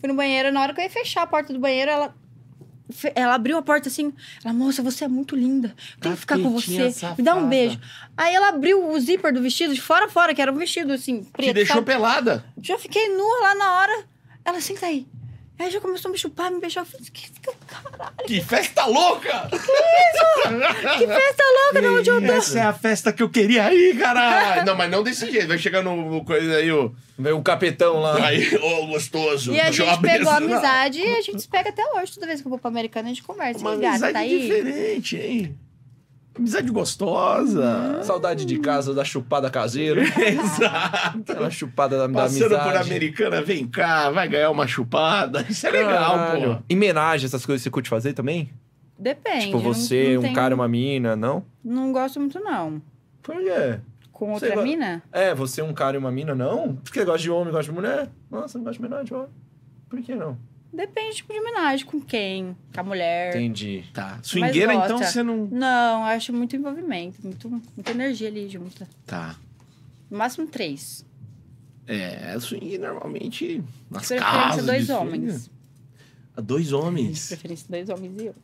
Fui no banheiro, na hora que eu ia fechar a porta do banheiro, ela. fe- Ela abriu a porta assim, ela, moça, você é muito linda. Eu Tenho que ficar com
Capetinha
você. Me dá
safada.
um beijo. Aí ela abriu o zíper do vestido de fora a fora, que era um vestido assim, preto.
Te deixou
sabe?
pelada.
Já fiquei nua lá na hora. Ela senta aí. Aí já começou a me chupar, me beijar. Eu falei, que, que, caralho,
Que festa louca!
que festa louca de onde eu tô.
Essa é a festa que eu queria ir, caralho! não, mas não desse jeito. Vai chegar no no coisa aí, ô.
Veio um capetão lá.
Aí, ô, gostoso. [laughs]
E a
Deixa eu assim,
gente
abrir
pegou a
essa-
amizade e a gente se pega até hoje. Toda vez que eu vou pra Americana, a gente conversa.
Uma
E aí, gata,
amizade
tá aí.
diferente, hein? Amizade
[laughs]
gostosa.
Saudade de casa, da chupada [laughs] caseira.
Exato.
Aquela chupada da, da
Passando por
amizade.
americana, vem cá, vai ganhar uma chupada. Isso é legal,
Caralho.
pô.
E homenagem, essas coisas você curte fazer também?
Depende.
tipo,
eu não-
você,
não
um
tenho-
cara, uma mina, não?
Não gosto muito, não.
Por quê?
Com
Sei
outra
lá.
mina?
É, você, um cara e uma mina, não? Porque gosta de homem, gosta de mulher? Nossa, não gosta de menor de homem. Por que não?
Depende tipo, de homenagem. Com quem? Com a mulher.
Entendi.
Tá. Swingueira,
gosta.
então, você não.
Não, eu acho muito envolvimento. Muito, muita energia ali junta.
Tá.
No máximo três.
É, swing normalmente. Nas
De preferência,
casas
dois
de swing. é
homens.
Dois
De
homens.
preferência, dois homens e eu.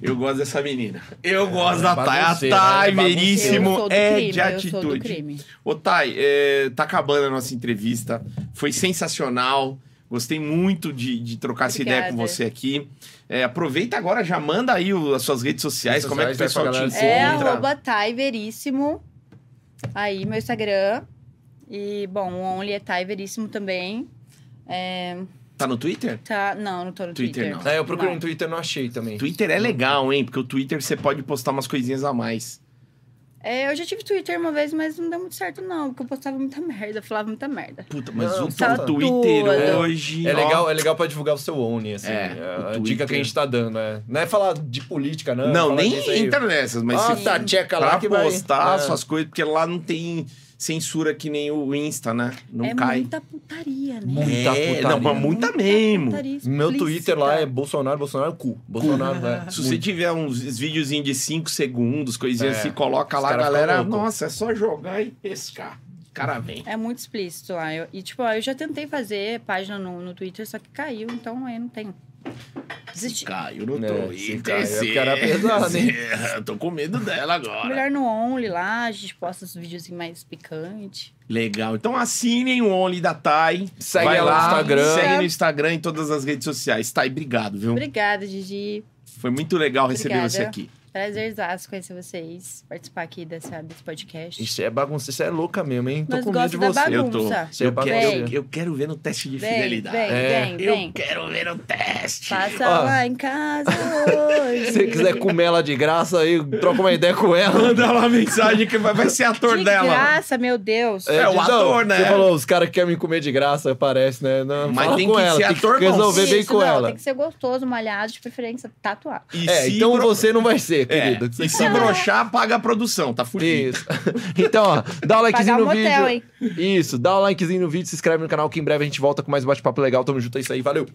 Eu gosto dessa menina. Eu gosto da Thay. A
É, bagunceira,
Thay,
ela é
eu
veríssimo,
sou do
é
crime,
de
Eu sou do
atitude.
crime.
Ô, Thay, é, tá acabando a nossa entrevista. Foi sensacional. Gostei muito de, de trocar essa ideia com
Obrigada.
você aqui. É, aproveita agora, já manda aí o- as suas redes sociais,
Redes
como é que o
sociais,
pessoal
vai
te
pra
encontra.
É
galera
arroba Taiveríssimo. Aí, meu Instagram. E, bom, o Only é Taiveríssimo também. É,
Tá no Twitter?
tá... Não, não tô no
Twitter,
Twitter.
não.
É, eu procurei
Não.
no Twitter não achei também.
Twitter é legal, hein? Porque o Twitter você pode postar umas coisinhas a mais.
É, eu já tive Twitter uma vez, mas não deu muito certo, não. Porque eu postava muita merda, falava muita merda.
Puta, mas
Não,
o
tá
tu- Twitter
tudo.
hoje.
É
ó,
legal, é legal pra divulgar o seu own, assim.
É,
É,
o
a
Twitter.
dica que a gente tá dando, é. Não é falar de política, não. é
Não,
falar
nem
Ah, disso aí.
entra nessas, mas
Ah,
se
tá, checa lá
pra
que vai-
postar
É.
suas coisas, porque lá não tem censura que nem o Insta, né? Não
é
cai.
muita putaria, né?
Muita
é,
putaria.
não, mas muita mesmo.
putaria
Meu
explícita.
Twitter lá é Bolsonaro, Bolsonaro, cu. Bolsonaro, né?
Se você tiver uns videozinhos de 5 segundos, coisinhas
É.
assim, coloca
Os
lá, a
cara fica
galera.
louco.
Nossa, é só jogar e pescar. O cara vem.
É muito explícito lá. Eu- e, tipo, ó, eu já tentei fazer página no, no Twitter, só que caiu, então aí não tem. Desisti.
Caiu no
É,
Twitter.
se caiu, é
sim, [laughs]
porque era pesado, hein?
sim. Tô com medo dela agora.
Melhor no Only lá, a gente posta uns vídeos mais picantes.
Legal. Então assinem o Only da Thay.
Segue
Vai
ela no
lá,
Instagram.
Segue no Instagram e todas as redes sociais. Thay, obrigado, viu?
Obrigada, Gigi.
Foi muito legal receber
Obrigada.
você aqui.
Prazerzaço conhecer vocês, participar aqui dessa, desse podcast.
Isso é bagunça, isso é louca mesmo, hein? Tô
Nós
com medo de
gostamos
você.
da
eu tô.
bagunça.
Você é
Eu quero, eu,
bagunça.
eu quero ver no teste de
Vem,
fidelidade.
vem,
É.
vem,
eu
vem.
quero ver no teste.
Passa
Ó.
lá
[laughs]
em casa hoje.
Se você quiser comer ela de graça aí, troca uma ideia com ela.
Manda lá a mensagem que vai, vai ser ator
De
dela.
graça, meu Deus.
É, o
diz,
ator, né?
Você falou, os caras querem me comer de graça, parece, né? Não,
Mas
fala
tem
com
que
ela,
ser
tem
ator
que resolver
bom.
bem
Isso,
com
não,
ela.
Tem que ser gostoso, malhado, de preferência tatuado.
E
É,
se
então
bro-
você não vai ser,
É,
querido. Você tá
e se broxar, paga a produção, tá fudido.
Isso. [laughs] Então, ó, dá o likezinho
Pagar um
no
motel,
vídeo.
hein?
Isso, dá o likezinho no vídeo, se inscreve no canal que em breve a gente volta com mais bate-papo legal. Tamo junto, é isso aí, valeu.